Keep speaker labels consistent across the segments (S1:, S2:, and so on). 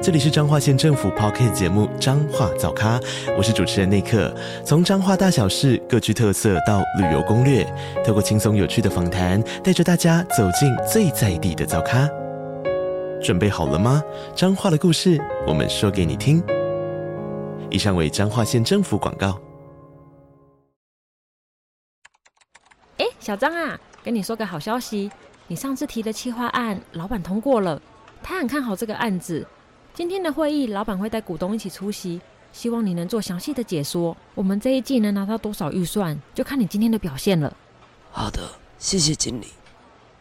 S1: 这里是彰化县政府 p o c k t 节目《彰化早咖》，我是主持人内克。从彰化大小事各具特色到旅游攻略，透过轻松有趣的访谈，带着大家走进最在地的早咖。准备好了吗？彰化的故事，我们说给你听。以上为彰化县政府广告。
S2: 哎，小张啊，跟你说个好消息，你上次提的企划案，老板通过了，他很看好这个案子。今天的会议，老板会带股东一起出席，希望你能做详细的解说。我们这一季能拿到多少预算，就看你今天的表现了。
S3: 好的，谢谢经理。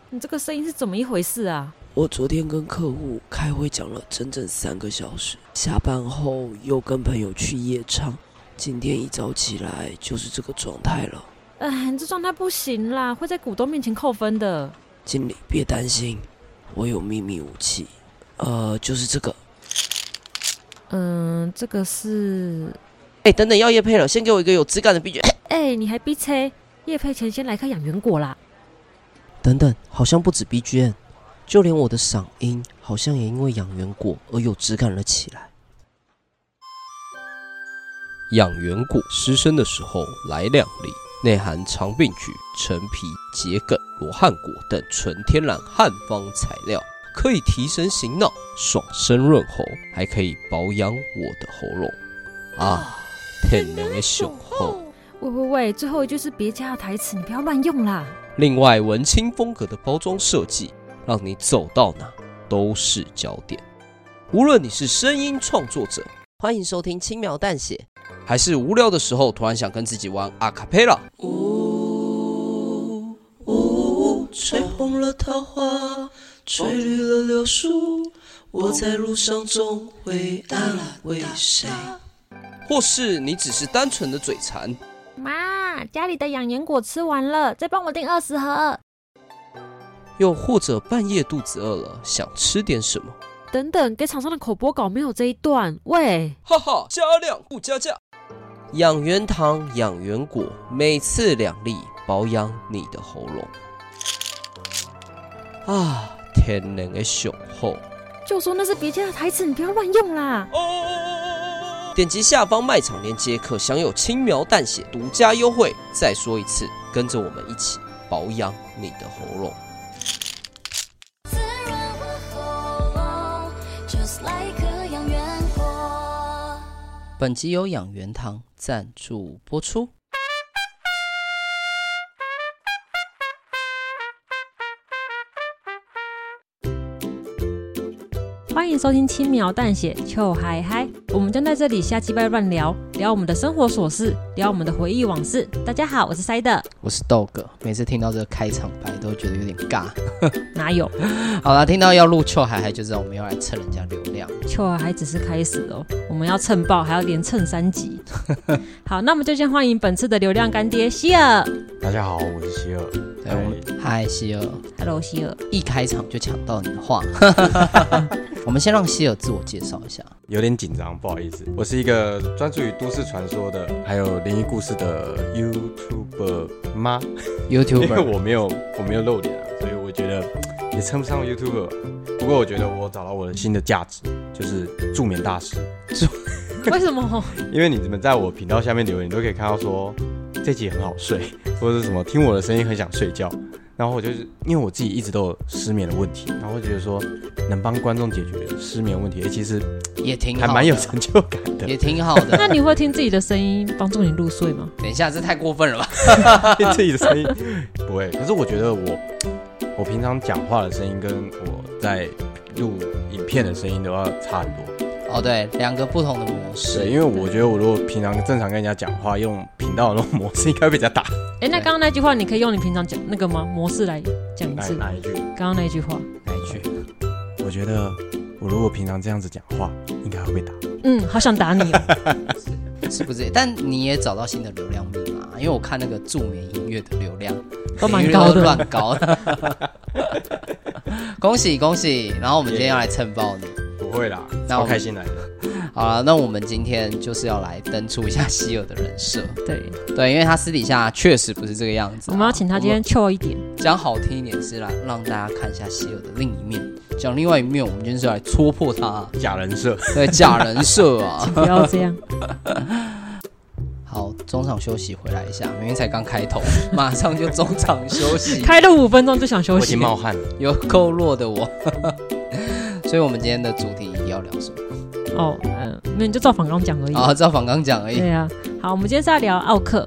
S2: 你这个声音是怎么一回事啊？
S3: 我昨天跟客户开会讲了整整三个小时，下班后又跟朋友去夜唱，今天一早起来就是这个状态了。
S2: 哎，你这状态不行啦，会在股东面前扣分的。
S3: 经理别担心，我有秘密武器，呃，就是这个。
S2: 嗯，这个是……
S3: 哎，等等要夜配了，先给我一个有质感的 BGM。
S2: 哎，你还逼车？叶配前先来颗养元果啦。
S3: 等等，好像不止 BGM，就连我的嗓音好像也因为养元果而有质感了起来。
S4: 养元果湿身的时候来两粒，内含长病菊、陈皮、桔梗、罗汉果等纯天然汉方材料，可以提神醒脑、爽身润喉，还可以保养我的喉咙。啊，天然的雄厚。
S2: 喂喂喂，最后一句是别家的台词，你不要乱用啦。
S4: 另外，文青风格的包装设计，让你走到哪都是焦点。无论你是声音创作者，
S3: 欢迎收听轻描淡写，
S4: 还是无聊的时候突然想跟自己玩阿卡贝拉，
S3: 呜呜，吹红了桃花，吹绿了柳树，我在路上总会安慰谁？
S4: 或是你只是单纯的嘴馋，
S2: 妈，家里的养颜果吃完了，再帮我订二十盒。
S4: 又或者半夜肚子饿了想吃点什么，
S2: 等等，给厂商的口播稿没有这一段。喂，
S4: 哈哈，加量不加价。养元堂、养元果，每次两粒，保养你的喉咙。啊，天然的雄厚。
S2: 就说那是别家的台词，你不要乱用啦。
S4: 哦！点击下方卖场链接，可享有轻描淡写独家优惠。再说一次，跟着我们一起保养你的喉咙。
S5: 滋润我喉咙，just like 颗养元火。
S3: 本集由养元堂赞助播出。
S2: 欢迎收听轻描淡写就嗨嗨，我们将在这里瞎鸡掰乱聊，聊我们的生活琐事，聊我们的回忆往事。大家好，我是塞的，
S6: 我是豆哥，每次听到这个开场白都觉得有点尬。
S2: 哪有？
S6: 好啦，听到要录臭海海就知道我们要来蹭人家流量。
S2: 秋还只是开始哦，我们要蹭爆，还要连蹭三集。 好，那我们就先欢迎本次的流量干爹希尔。
S7: 大家好，我是希尔。
S6: 对，我们嗨希尔，
S2: Hello，希尔。
S6: 一开场就抢到你的 话。我们先让希尔自我介绍一下。
S7: 有点紧张，不好意思。我是一个专注于都市传说的，还有灵异故事的 YouTuber 吗？因为
S6: YouTuber，
S7: 我没有我没有露脸啊，所以我觉得也称不上 YouTuber 吧。不过我觉得我找到我的新的价值，就是助眠大师。
S2: 为什 么？
S7: 因为你们在我频道下面留言，你都可以看到说这集很好睡， 或者是什么听我的声音很想睡觉。然后我就是因为我自己一直都有失眠的问题，然后我觉得说能帮观众解决失眠问题，欸其实
S6: 也挺好
S7: 还
S6: 的，
S7: 蛮有成就感 的。
S6: 也挺好
S2: 那
S6: 的。
S2: 你会听自己的声音帮助你入睡吗？
S6: 等一下，这太过分了吧？
S7: 自己的声音不会。可是我觉得我我平常讲话的声音跟我在录影片的声音都要差很多。
S6: 哦，对，两个不同的模式。
S7: 对，因为我觉得我如果平常正常跟人家讲话，用频道的那种模式，应该被人家打。
S2: 哎、那刚刚那句话，你可以用你平常讲那个吗模式来讲一
S7: 哪
S2: 次？
S7: 哪一句？
S2: 刚刚那一句话，
S6: 哪一句？
S7: 我觉得我如果平常这样子讲话，应该会被打。
S2: 嗯，好想打 你哦。
S6: 是不是？但你也找到新的流量密码，因为我看那个助眠音乐的流量
S2: 都蛮高的
S4: 蛮高的。 恭喜恭喜！然后我们今天要来蹭爆你。
S7: 不会啦，
S4: 那我
S7: 超开心来的。
S4: 好了，那我们今天就是要来登出一下希尔的人设，
S2: 对，
S4: 对，因为他私底下确实不是这个样子啊、
S2: 我们要请他今天臭一点。
S4: 我们讲好听一点是来让大家看一下希尔的另一面，讲另外一面，我们就是来戳破他、啊
S7: 假人设，
S4: 对，假人设啊。
S2: 不要 这样，
S4: 好，中场休息回来一下，明明才刚开头，马上就中场休息，
S2: 开了五分钟就想休
S7: 我已经
S2: 息。
S7: 冒汗了。
S4: 有够弱的我。 所以，我们今天的主题要聊什么？
S2: 哦，嗯，没有你就照反刚讲而已。
S4: 啊，照反刚讲而已。
S2: 哦对啊，好，我们今天是要聊奥克，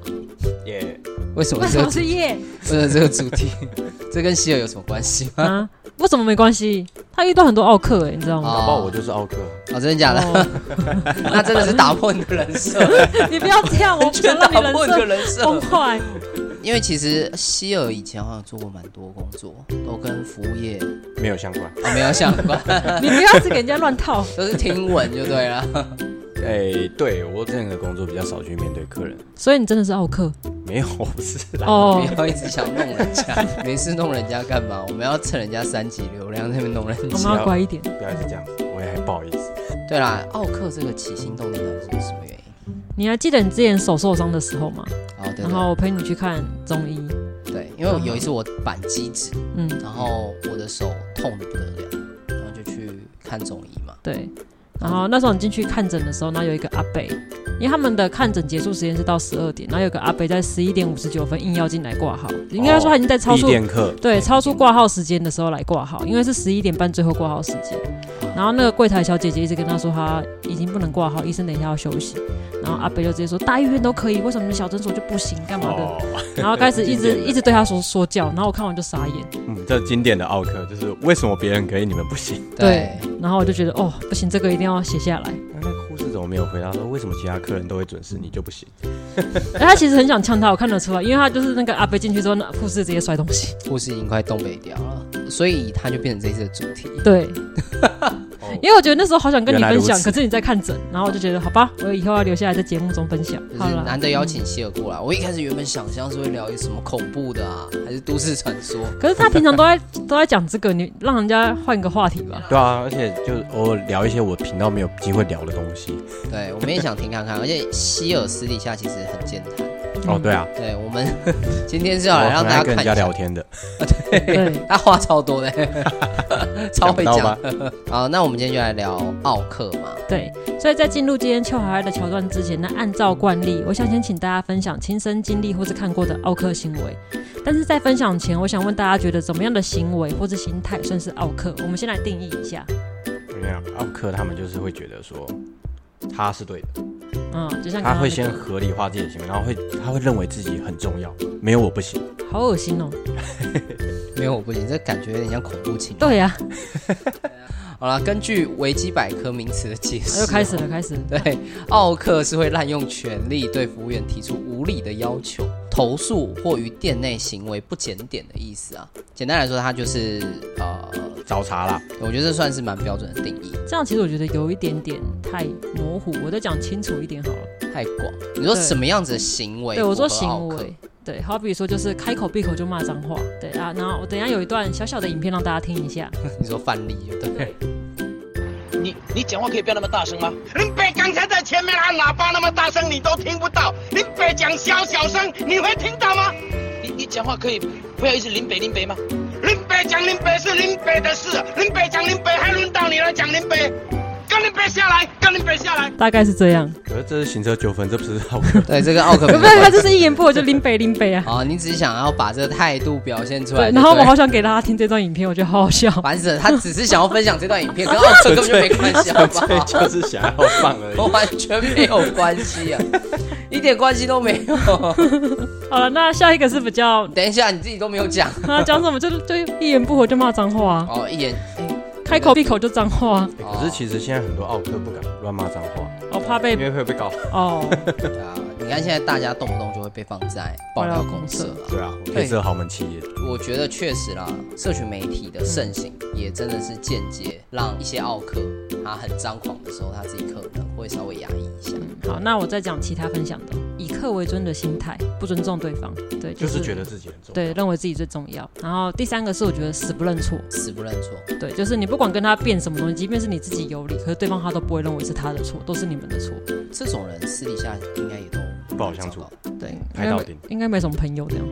S7: 耶，
S4: 为什么
S2: 为
S4: 这
S2: 什
S4: 个
S2: 么是夜
S4: 为什么这个主题？ 这跟希尔有什么关系吗？
S2: 啊？为什么没关系？他遇到很多奥克哎、你知道吗？
S7: 搞不好我就是奥克。
S4: 哦，真的假的？
S2: 哦
S4: 那真的是打破你的人设，
S2: 你不要这样， 我
S4: 完
S2: 不想
S4: 全
S2: 让
S4: 打
S2: 你人
S4: 破你的
S2: 设
S4: 人
S2: 崩
S4: 设。
S2: 坏。
S4: 因为其实希尔以前好像做过蛮多工作，都跟服务业
S7: 没有相关。
S4: 哦没有相关，
S2: 你不要是给人家乱套。
S4: 都是听闻就对了。
S7: 哎、对我这样的工作比较少去面对客人，
S2: 所以你真的是奥克
S7: 没有， 我不是啦。
S2: 哦
S4: 不要一直想弄人家，没事弄人家干嘛？我们要蹭人家三级流量在那边弄人
S2: 我
S4: 家。
S2: 们要乖一点。
S7: 不要是这样子，我也很不好意思。
S4: 对啦，奥克这个起心动念到底是什么原因？
S2: 你还记得你之前手受伤的时候吗？
S4: 哦，
S2: 然
S4: 对对
S2: 后嗯我陪你去看中医，
S4: 对，因为有一次我板机指，
S2: 嗯，
S4: 然后我的手痛的不得了，然后就去看中医嘛。
S2: 对。然后那时候你进去看诊的时候，然后有一个阿伯，因为他们的看诊结束时间是到十二点，然后有个阿伯在十一点五十九分硬要进来挂号，应该说他已经在超
S7: 闭
S4: 哦
S2: 出
S7: 店客，
S2: 对，超出挂号时间的时候来挂
S7: 嗯
S2: 号，因为是十一点半最后挂号时间。然后那个柜台小姐姐一直跟他说，她已经不能挂号，医生等一下要休息。然后阿北就直接说，大医院都可以，为什么你们小诊所就不行？干嘛的？
S7: 哦，
S2: 然后开始一
S7: 经
S2: 直
S7: 典的
S2: 一直对他说说教，然后我看完就傻眼。
S7: 嗯，这经典的奥克就是为什么别人可以，你们不行？
S2: 对然后我就觉得哦，不行，这个一定要写下来。
S7: 那那个护士怎么没有回答说为什么其他客人都会准时，你就不行？
S2: 哎，他其实很想呛他，我看得出来，因为他就是那个阿北进去之后，那护士直接摔东 西。
S4: 护士已经快东北掉了，所以它就变成这次的主题。
S2: 对，
S7: 哦
S2: 因为我觉得那时候好想跟你
S7: 原来
S2: 分
S7: 如
S2: 享，
S7: 此
S2: 可是你在看诊，然后我就觉得好吧，我以后要留下来在节目中分享。
S4: 就
S2: 好
S4: 是
S2: 了，
S4: 难得邀请希尔过来，我一开始原本想象是会聊一什么恐怖的啊，还是都市传说，
S2: 可是他平常都在 都在讲这个，你让人家换个话题吧。
S7: 对啊，而且就偶尔聊一些我频道没有机会聊的东西。
S4: 对我们也想听看看。而且希尔私底下其实很健谈，
S2: 嗯
S7: 哦，对啊，
S4: 对我们 今天是
S7: 我
S4: 要来让
S7: 哦很
S4: 大
S7: 爱
S4: 家
S7: 跟
S4: 看
S7: 人
S4: 一
S7: 家
S4: 下
S7: 聊，天的，
S2: 嗯对，
S4: 他话超 多的，超会
S7: 想不
S4: 讲
S7: 到吧。
S4: 好，那我们今天就来聊奥克嘛。
S2: 对，所以在进入今天秋海爱的桥段之前，那按照惯例，我想先请大家分享亲身经历或是看过的奥克行为。但是在分享前，我想问大家觉得怎么样的行为或是心态算是奥克？我们先来定义一下。
S7: 没有奥克他们就是会觉得说他是对的，
S2: 嗯，就像刚
S7: 他
S2: 刚
S7: 会
S2: 那个
S7: 先合理化自己的行为，然后会他会认为自己很重要，没有我不行。
S2: 好恶心哦。
S4: 没有，我不行，这感觉有点像恐怖情人。
S2: 对啊呀、
S4: 好啦，根据维基百科名词的解释，
S2: 又开始了，开始了。
S4: 对，奥克是会滥用权力对服务员提出无理的要求、投诉或于店内行为不检点的意思啊。简单来说，它就是呃，
S7: 找茬啦，
S4: 我觉得这算是蛮标准的定义，
S2: 这样其实我觉得有一点点太模糊，我再讲清楚一点好了。
S4: 太广。你说
S2: 对
S4: 什么样子的行为？
S2: 对，我说行为，，对，好比说就是开口闭口就骂脏话，对啊，然后我等一下有一段小小的影片让大家听一下，
S4: 你说范例就对。。
S8: 你你讲话可以不要那么大声吗？林北刚才在前面按喇叭那么大声，你都听不到。林北讲小小声，你会听到吗？你你讲话可以不要一直林北林北吗？林北讲林北是林北的事，林北讲林北还轮到你来讲林北，跟林北下来，跟林北下来。
S2: 大概是这样。
S7: 可是这是行车纠纷，这不是奥克
S4: 对，这跟奥克
S2: 不
S4: 没
S2: 是，
S4: 有
S2: 他
S4: 关
S2: 就
S4: 系。
S2: 是一言不合就拎杯拎杯啊。
S4: 啊，你只是想要把这个态度表现出来
S2: 对，
S4: 就。
S2: 然后我好想给大家听这段影片，我觉得好好笑。
S4: 烦死了，他只是想要分享这段影片，跟奥克根本就没关系，好
S7: 纯
S4: 不 好
S7: 粹？就是想要放 而
S4: 我
S7: 已。
S4: 完全没有关系啊，一点关系都没有。
S2: 好了，那下一个是比较
S4: 等一下，你自己都没有 讲
S2: 他讲什么，就就一言不合就骂脏话啊、
S4: 哦，一言
S2: 开口闭口就脏话啊，
S7: 欸可是其实现在很多奥克不敢乱骂脏话，
S2: 我怕被
S7: 因为会被告。
S2: 哦，
S4: 对啊，你看现在大家动不动就会被放在爆料公社啊，
S7: 对啊，我可以设豪门企业。
S4: 我觉得确实啦，社群媒体的盛行也真的是间接让一些奥克他很张狂的时候，他自己可能会会稍微压抑一下。
S2: 好，那我再讲其他分享的，以客为尊的心态，不尊重对方，对，、
S7: 就是是觉得自己很重要。
S2: 对，认为自己最重要。然后第三个是我觉得死不认错，
S4: 死不认错，
S2: 对，就是你不管跟他辩什么东西，即便是你自己有理，可是对方他都不会认为是他的错，都是你们的错。
S4: 这种人私底下应该也都
S7: 不好相处
S4: 糟糕。对，
S7: 拍到顶，
S2: 应该没什么朋友这样。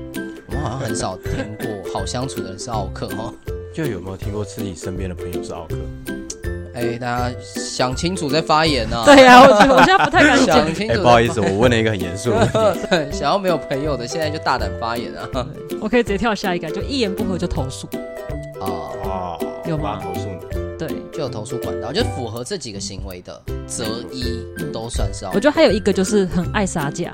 S4: 我们好像很少听过好相处的人是奥克哦。
S7: 就有没有听过自己身边的朋友是奥克？
S4: 哎，大家想清楚再发言啊。
S2: 对呀、我觉得我现在不太敢讲
S4: 想。清楚、
S7: 哎、不好意思，，我问了一个很严肃的 问题。
S4: 想要没有朋友的，现在就大胆发言啊！
S2: 我可以直接跳下一个，就一言不合就投诉。
S4: 哦，
S7: 哇，
S2: 有吗
S7: 我要投诉你，
S2: 对，
S4: 就有投诉管道，就符合这几个行为的择一都算是奥哦
S2: 我觉得还有一个就是很爱杀价，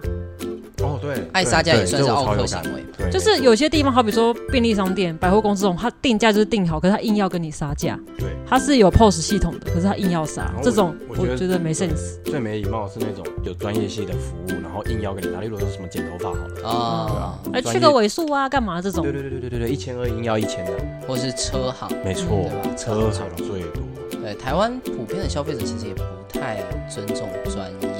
S7: 哦，对，
S4: 爱
S7: 对
S4: 杀价也
S7: 对
S4: 算是
S7: 这我
S4: 奥
S7: 超
S4: 克
S7: 有
S4: 行
S7: 感
S4: 为吧。
S7: 对，
S2: 就是有些地方，好比说便利商店、百货公司这种，它定价就是定好，可是它硬要跟你杀价。
S7: 对，
S2: 它是有 POS 系统的，可是它硬要杀
S7: 然后，我
S2: 这种
S7: 哦我
S2: 我
S7: 觉得
S2: 觉得没 sense。
S7: 最没礼貌的是那种有专业系的服务，然后硬要给你拿，例如说什么剪头发好了，
S4: 啊，
S2: 哎，
S7: 专
S2: 去
S7: 业
S2: 个尾数啊，干嘛这种
S7: 对？对对对对对对，一千二硬要一千的，
S4: 或是车行，
S7: 没错
S4: 嗯对吧，
S7: 车行最多，
S4: 对台湾普遍的消费者其实也不太尊重专业，对不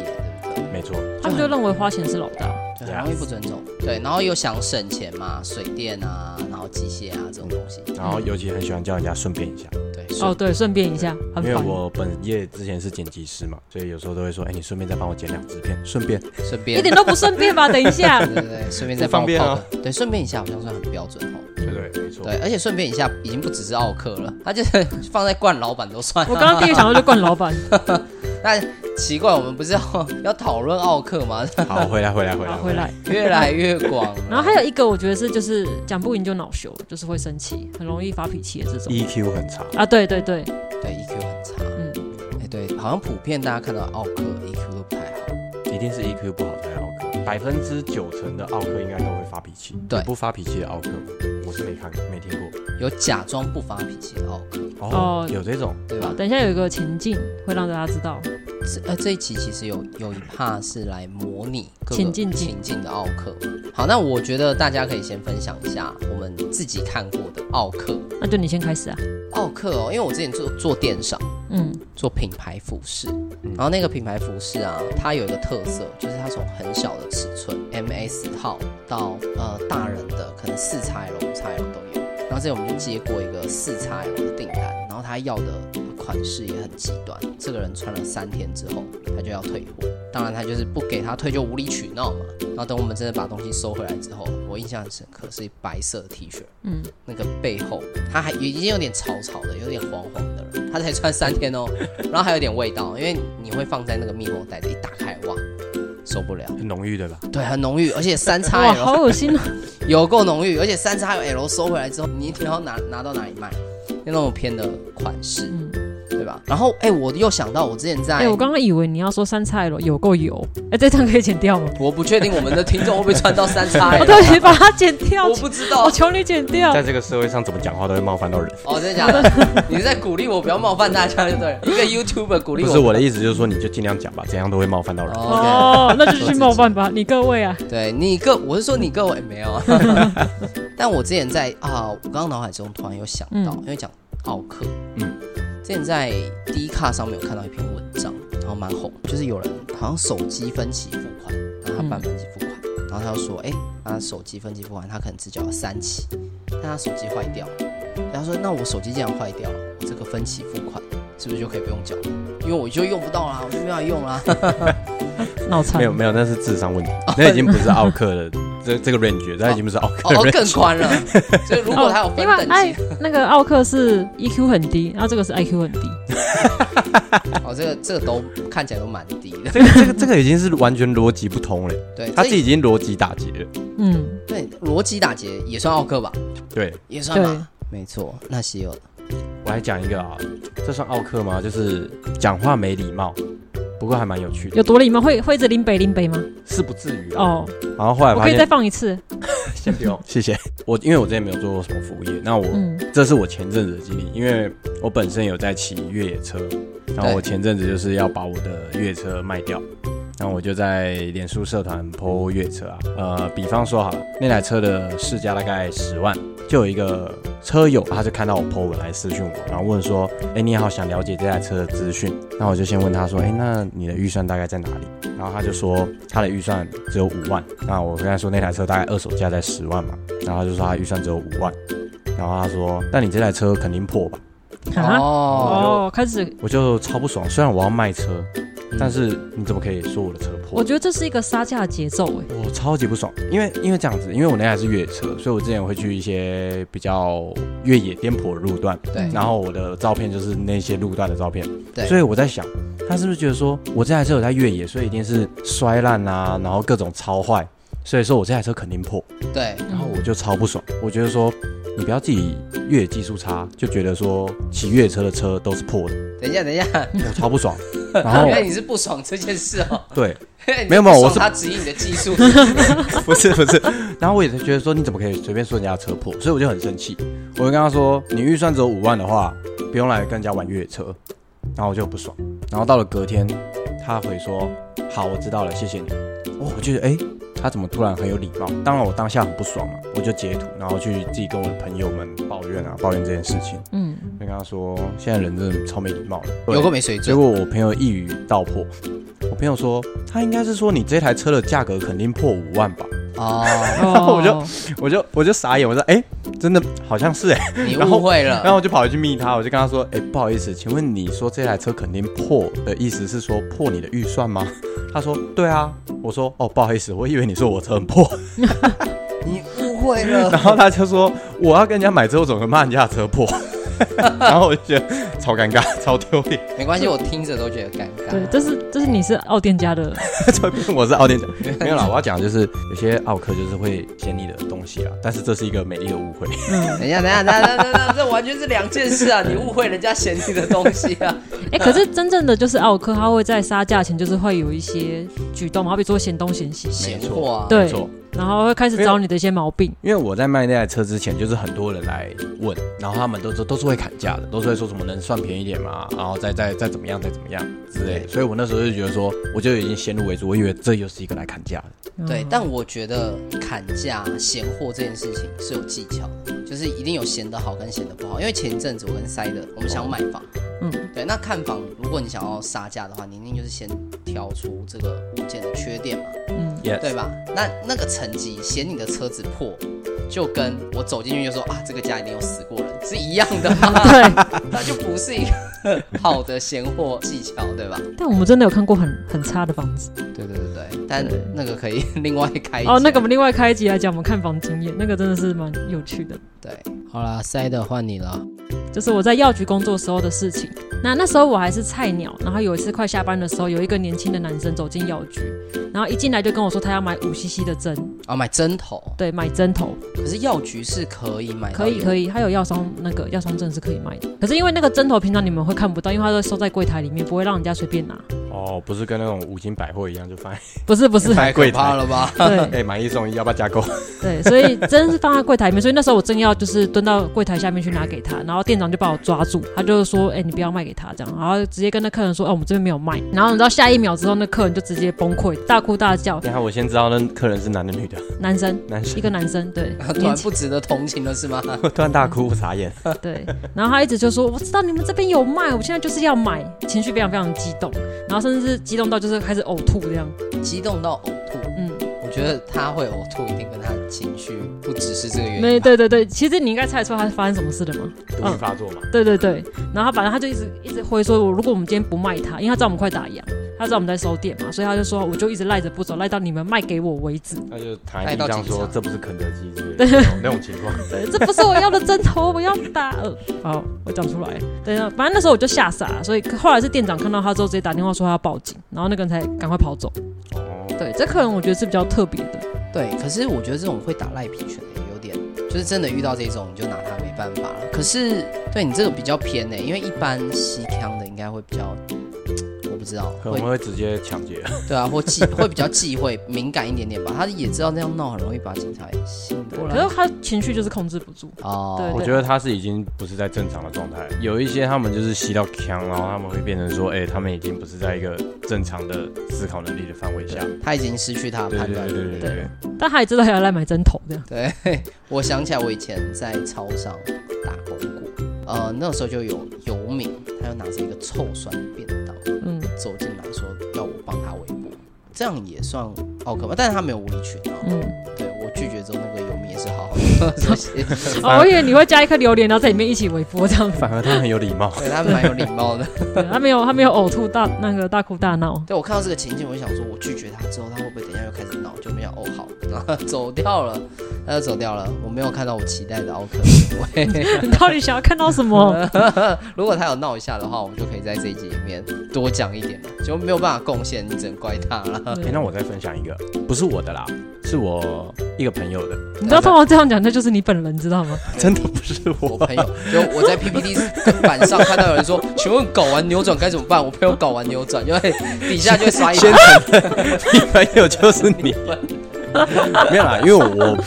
S4: 对？
S7: 没错，
S2: 他们就认为花钱是老大。
S4: 就很容易不尊重。对，然后又想省钱嘛，水电啊，然后机械啊这种东西，
S7: 然后尤其很喜欢叫人家顺便一下，
S4: 对，
S2: 哦，对，顺便一下，很
S7: 因为
S2: 烦。
S7: 我本业之前是剪辑师嘛，所以有时候都会说，哎，你顺便再帮我剪两支片，顺便
S4: 顺
S2: 一
S4: 便，
S2: 点都不顺便吧？等一下，
S4: 对对对，顺便再帮我
S7: 不方便
S4: 泡
S7: 啊
S4: 个，对，顺便一下好像算很标准哦。
S7: 对对，没错
S4: 对，而且顺便一下已经不只是奥克了，他就是放在冠老板都算。
S2: 我刚 刚第一个想到就惯老板。
S4: 那奇怪，我们不是要 要讨论奥克吗？
S7: 好，回来回来回来
S2: 好，回，来。
S4: 越来越广了。
S2: 然后还有一个，我觉得是就是讲不赢就恼羞，就是会生气，很容易发脾气的这种。
S7: ，EQ E 很差，
S2: 啊，对对对，
S4: 对 EQ 很差，
S2: 嗯，
S4: 哎，对，好像普遍大家看到奥克 EQ 都不太好。
S7: 一定是 EQ 不好才奥克，百分之九成的奥克应该都会发脾气，
S4: 对
S7: 你不发脾气的奥克，我是没看过没听过，
S4: 有假装不发脾气的奥克，
S2: 哦
S7: 有这种。
S4: 对吧？
S2: 等一下有一个情境会让大家知道，
S4: 这呃这一期其实有有一趴是来模拟各个
S2: 情境剧
S4: 情境的奥克。好，那我觉得大家可以先分享一下我们自己看过的奥克，
S2: 那就你先开始啊。
S4: 奥克哦，因为我之前做做电商，
S2: 嗯，
S4: 做品牌服饰，然后那个品牌服饰啊，它有一个特色，就是它从很小的尺寸 M S 号到呃大人的可能四 XL、五 XL 都有。然后这里我们就接过一个四 XL 的订单，然后他要的款式也很极端，这个人穿了三天之后，他就要退货。当然他就是不给他退就无理取闹嘛。然后等我们真的把东西收回来之后，我印象很深刻是白色的 T 恤，
S2: 嗯，
S4: 那个背后，他还已经有点潮潮的，有点黄黄的了。他才穿三天哦，然后还有点味道，因为你会放在那个密封袋子，一打开哇，受不了。
S7: 很浓郁对吧？
S4: 对，很浓郁，而且三叉
S2: 哇，好
S4: L
S2: 恶心哦。
S4: 有够浓郁，而且三叉 L 收回来之后，你你要拿拿到哪里卖？那种偏的款式，
S2: 嗯，
S4: 对吧？然后哎、我又想到我之前在，
S2: 哎、我刚刚以为你要说三菜了，有够油。哎、这张可以剪掉吗？
S4: 我不确定我们的听众会不会穿到三叉
S2: 我
S4: L，
S2: 对不起，把它剪掉
S4: 我。不知道
S2: 我。求你剪掉
S7: 在。这个社会上，怎么讲话都会冒犯到人。
S4: 哦，真的假的？ 你是在鼓励我不要冒犯大家，就对了。一个 YouTuber 鼓励
S7: 不
S4: 我，
S7: 是我的意思，就是说你就尽量讲吧，怎样都会冒犯到人。
S4: 哦，OK
S2: 哦，那就去冒犯吧，你各位啊。
S4: 对你各，我是说你各位没有，啊但我之前在啊，我刚刚脑海中突然有想到，
S2: 嗯
S4: 因为讲奥克，嗯
S7: 嗯，
S4: 之前在 D 卡上面有看到一篇文章，然后蛮红，就是有人好像手机分期付款，然后他办分期付款，然后他就说，哎、他手机分期付款，他可能只缴了三期，但他手机坏掉了，然后他说，那我手机既然坏掉了，我这个分期付款是不是就可以不用缴了？因为我就用不到啦，我就没法用啦。
S2: 脑残。
S7: 没有没有，那是智商问题，那已经不是奥克的 这这个 range，那已经不是奥克
S4: 哦，
S7: 的 range。
S4: 更宽了，所以如果他有
S2: 哦
S4: 分
S2: 另外
S4: 等级
S2: 哎，那个奥克是 EQ 很低，然后这个是 IQ 很低。
S4: 哦，这个这个都看起来都蛮低的，
S7: 这个这个这个已经是完全逻辑不通了，
S4: 对，
S7: 他
S4: 这
S7: 自己已经逻辑打结了。
S2: 嗯，
S4: 对逻辑打结也算奥克吧，
S7: 对，
S4: 也算吧，没错。那西柚
S7: 我来讲一个啊，这算奥克吗？就是讲话没礼貌，不过还蛮有趣
S2: 有
S7: 的，
S2: 多礼貌？会会一直林北林北吗？
S7: 是不至于啦。
S2: 哦，
S7: 然后后来
S2: 我
S7: 发
S2: 可以再
S7: 现，
S2: 放一次。
S7: 先不用，谢谢。我因为我之前没有做过什么服务业，那我
S2: 嗯
S7: 这是我前阵子的经历，因为我本身有在骑越野车，然后我前阵子就是要把我的越野车卖掉，然后我就在脸书社团 po 越野车啊，呃，比方说好了，那台车的市价大概十万，就有一个车友他就看到我 po 文来私讯我，然后问说，哎、你好，想了解这台车的资讯。那我就先问他说，哎、那你的预算大概在哪里？然后他就说他的预算只有五万。那我跟他说那台车大概二手价在十万嘛，然后他就说他预算只有五万。然后他说，那你这台车肯定破吧？
S9: 啊
S4: 哦，
S7: 我
S2: 哦，开始，
S7: 我就超不爽，虽然我要卖车，但是你怎么可以说我的车破？
S2: 我觉得这是一个杀价的节奏哎。
S7: 我超级不爽，因为因为这样子，因为我那台是越野车，所以我之前会去一些比较越野颠簸的路段，
S4: 嗯对
S7: 然后我的照片就是那些路段的照片，
S4: 对
S7: 所以我在想，他是不是觉得说我这台车有在越野，所以一定是摔烂啊，然后各种超坏，所以说我这台车肯定破，
S4: 对，
S7: 然后我就超不爽，我觉得说你不要自己越野技术差，就觉得说骑越野车的车都是破的，
S4: 等一下，等一下，
S7: 我超不爽，然后
S4: 原来你是不爽这件事哦。
S7: 对，
S4: 因为你
S7: 没有没有
S4: 不爽
S7: 我是
S4: 他质疑你的技 术，
S7: 不是不是，然后我也是觉得说你怎么可以随便说人家车破，所以我就很生气，我就跟他说你预算只有五万的话，不用来跟人家玩越野车，然后我就很不爽，然后到了隔天，他回说好我知道了，谢谢你，哦，我觉得哎、诶他怎么突然很有礼貌？当然我当下很不爽嘛，我就截图，然后去自己跟我的朋友们抱怨啊，抱怨这件事情，
S2: 嗯，
S7: 就跟他说现在人真的超没礼貌的，对
S4: 有够没水
S7: 结
S4: 准。
S7: 果我朋友一语道破，我朋友说他应该是说你这台车的价格肯定破五万吧。
S4: 哦，
S2: 哦，
S7: 我就我就我就傻眼，我说哎、真的好像是哎、
S4: 你
S7: 然后
S4: 误会
S7: 然后
S4: 了。
S7: 我就跑回去密他，我就跟他说，哎、不好意思，请问你说这台车肯定破的意思是说破你的预算吗？ 他说对啊，我说哦不好意思，我以为你说我车很破，
S4: 你误会了
S7: 然后他就说我要跟人家买车，我怎么会骂人家的车破？ 然后我就觉得超尴尬，超丢脸，
S4: 没关系，我听着都觉得尴尬。
S2: 对，这是这是你是奥店家的，
S7: 这边我是奥店长，没有啦，我要讲的就是有些奥客就是会嫌你的东西啦，啊但是这是一个美丽的误会。
S4: 等一下，等一下，等一下，等一下，这完全是两件事啊！你误会人家嫌弃的东西啊！
S2: 哎，可是真正的就是奥克，他会在杀价前就是会有一些举动嘛，好比说嫌东嫌西，
S4: 闲货啊，
S2: 对
S7: 没错，
S2: 然后会开始找你的一些毛病。
S7: 因为我在卖那台车之前，就是很多人来问，然后他们都都都是会砍价的，都是会说什么能算便宜一点嘛，然后再再再怎么样，再怎么样之类的。所以我那时候就觉得说，我就已经先入为主，我以为这又是一个来砍价的。
S2: 嗯
S4: 对，但我觉得砍价、闲货这件事情是有技巧的，就是一定有闲的好跟闲的不好。因为前一阵子我跟塞的，我们想买房，
S2: 嗯
S4: 对，那看房，如果你想要杀价的话，你一定就是先挑出这个物件的缺点嘛，
S2: 嗯，
S7: Yes，
S4: 对吧？那那个层级嫌你的车子破，就跟我走进去就说啊，这个家一定有死过人是一样的嘛，
S2: 对。
S4: 那就不是一个好的闲货技巧，对吧？
S2: 但我们真的有看过很很差的房子
S4: 对对对对，但那个可以 另外开一
S2: 哦。那
S4: 集
S2: 个我们另外开一集来讲我们看房经验，那个真的是蛮有趣的。
S4: 对，好啦，塞的换你了，
S2: 就是我在药局工作时候的事情。那那时候我还是菜鸟，然后有一次快下班的时候，有一个年轻的男生走进药局，然后一进来就跟我说他要买五 CC 的针，
S4: 哦，买针头，
S2: 对，买针头，
S4: 可是药局是可以买，
S2: 可以可
S4: 以，
S2: 以，他有药商那个药商证是可以卖的。可是因为那个针头平常你们会看不到，因为它都收在柜台里面，不会让人家随便拿。
S7: 哦，不是跟那种五金百货一样，就放
S2: 不是不 是，
S4: 太可
S7: 柜
S4: 怕
S7: 台
S4: 了 吧？
S2: 对
S7: 哎、买一送一，要不要加 购？
S2: 对，所以针是放在柜台里面，所以那时候我正要就是蹲到柜台下面去拿给他，然后店长就把我抓住，他就说：“哎、你不要卖给他这样。”然后直接跟那客人说：“哦，我们这边没有卖。”然后你知道下一秒之后，那客人就直接崩溃，大哭大叫，
S7: 等一下我先知道那客人是男的女的，
S2: 男生。
S7: 男生
S2: 一个男生，对，
S4: 突
S2: 年
S4: 然
S2: 轻
S4: 不值得同情了是吗？
S7: 我突然大哭，我傻眼。
S2: 对，然后他一直就说：“我知道你们这边有卖，我现在就是要买。”情绪非常非常激动，然后甚至是激动到就是开始呕吐这样。
S4: 激动到呕吐，
S2: 嗯，
S4: 我觉得他会呕吐，一定跟他情绪不只是这个原因吧。
S2: 没，对对对，其实你应该猜得出来他发生什么事了嘛。
S7: 毒
S2: 嗯
S7: 瘾发作嘛，
S2: 对对对，然后他反正他就一直一直挥说，我如果我们今天不卖他，因为他知道我们快打烊，他知道我们在收店嘛，所以他就说我就一直赖着不走，赖到你们卖给我为止。
S7: 那就躺在地上
S4: 带到
S7: 说
S4: 警察
S7: 这不是肯德基之类的那 种那种情况。
S2: 对， 这不是我要的针头，我要打。呃，好，我讲出来了。对，反正那时候我就吓傻了，所以后来是店长看到他之后直接打电话说他要报警，然后那个人才赶快跑走。
S7: 哦，
S2: 对，这客人我觉得是比较特别的。
S4: 对，可是我觉得这种会打赖皮犬的有点，就是真的遇到这种你就拿他没办法了。欸可是对你这个比较偏呢、因为一般西康的应该会比较，我不不知道，
S7: 可
S4: 会
S7: 能会直接抢劫。
S4: 对啊，或忌会比较忌讳，敏感一点点吧。他也知道那样闹很容易把警察醒过
S2: 可
S4: 来。
S2: 是他情绪就是控制不住，
S4: 哦，
S2: 对
S7: 我觉得他是已经不是在正常的状态，有一些他们就是吸到枪，然后他们会变成说，哎、他们已经不是在一个正常的思考能力的范围下。
S4: 他已经失去他的
S7: 对
S4: 判
S7: 对
S4: 断
S7: 对
S4: 力。
S7: 对对对，
S2: 但他也知道还要来买针头这样。
S4: 对，我想起来我以前在超商打工过，呃，那时候就有游民，他就拿着一个臭酸便当
S2: 嗯，
S4: 走进来说要我帮他围捕，这样也算好可怕，但是他没有无理取闹。
S2: 嗯，
S4: 对我拒绝之后，那个游民也是好好的说谢谢，
S2: 哦，我以为你会加一颗榴莲，然后在里面一起微波这样 子。
S7: 反而他很有礼貌。
S4: 对他蛮有礼貌的。
S2: 对他没有，他没有呕吐大那个大哭大闹。
S4: 对我看到这个情境，我就想说，我拒绝他之后，他会不会等一下又开始闹？就没想哦，好，然后走掉了，他就走掉了。我没有看到我期待的奥克 行为。
S2: 你到底想要看到什么？
S7: 哦
S4: 如果他有闹一下的话，我们就可以在这一集里面多讲一点了，就没有办法贡献，你只能怪他了。
S7: 哎、那我再分享一个，不是我的啦，是我一个朋友的，
S2: 你知道通常这样讲，那就是你本人，知道吗？
S7: 真的不是
S4: 我
S7: 我。
S4: 朋友就我在 PPT 跟板上看到有人说，请问搞完扭转该怎么办？我朋友搞完扭转，因为底下就会刷一排。
S7: 你朋友就是 你，没有啦，因为我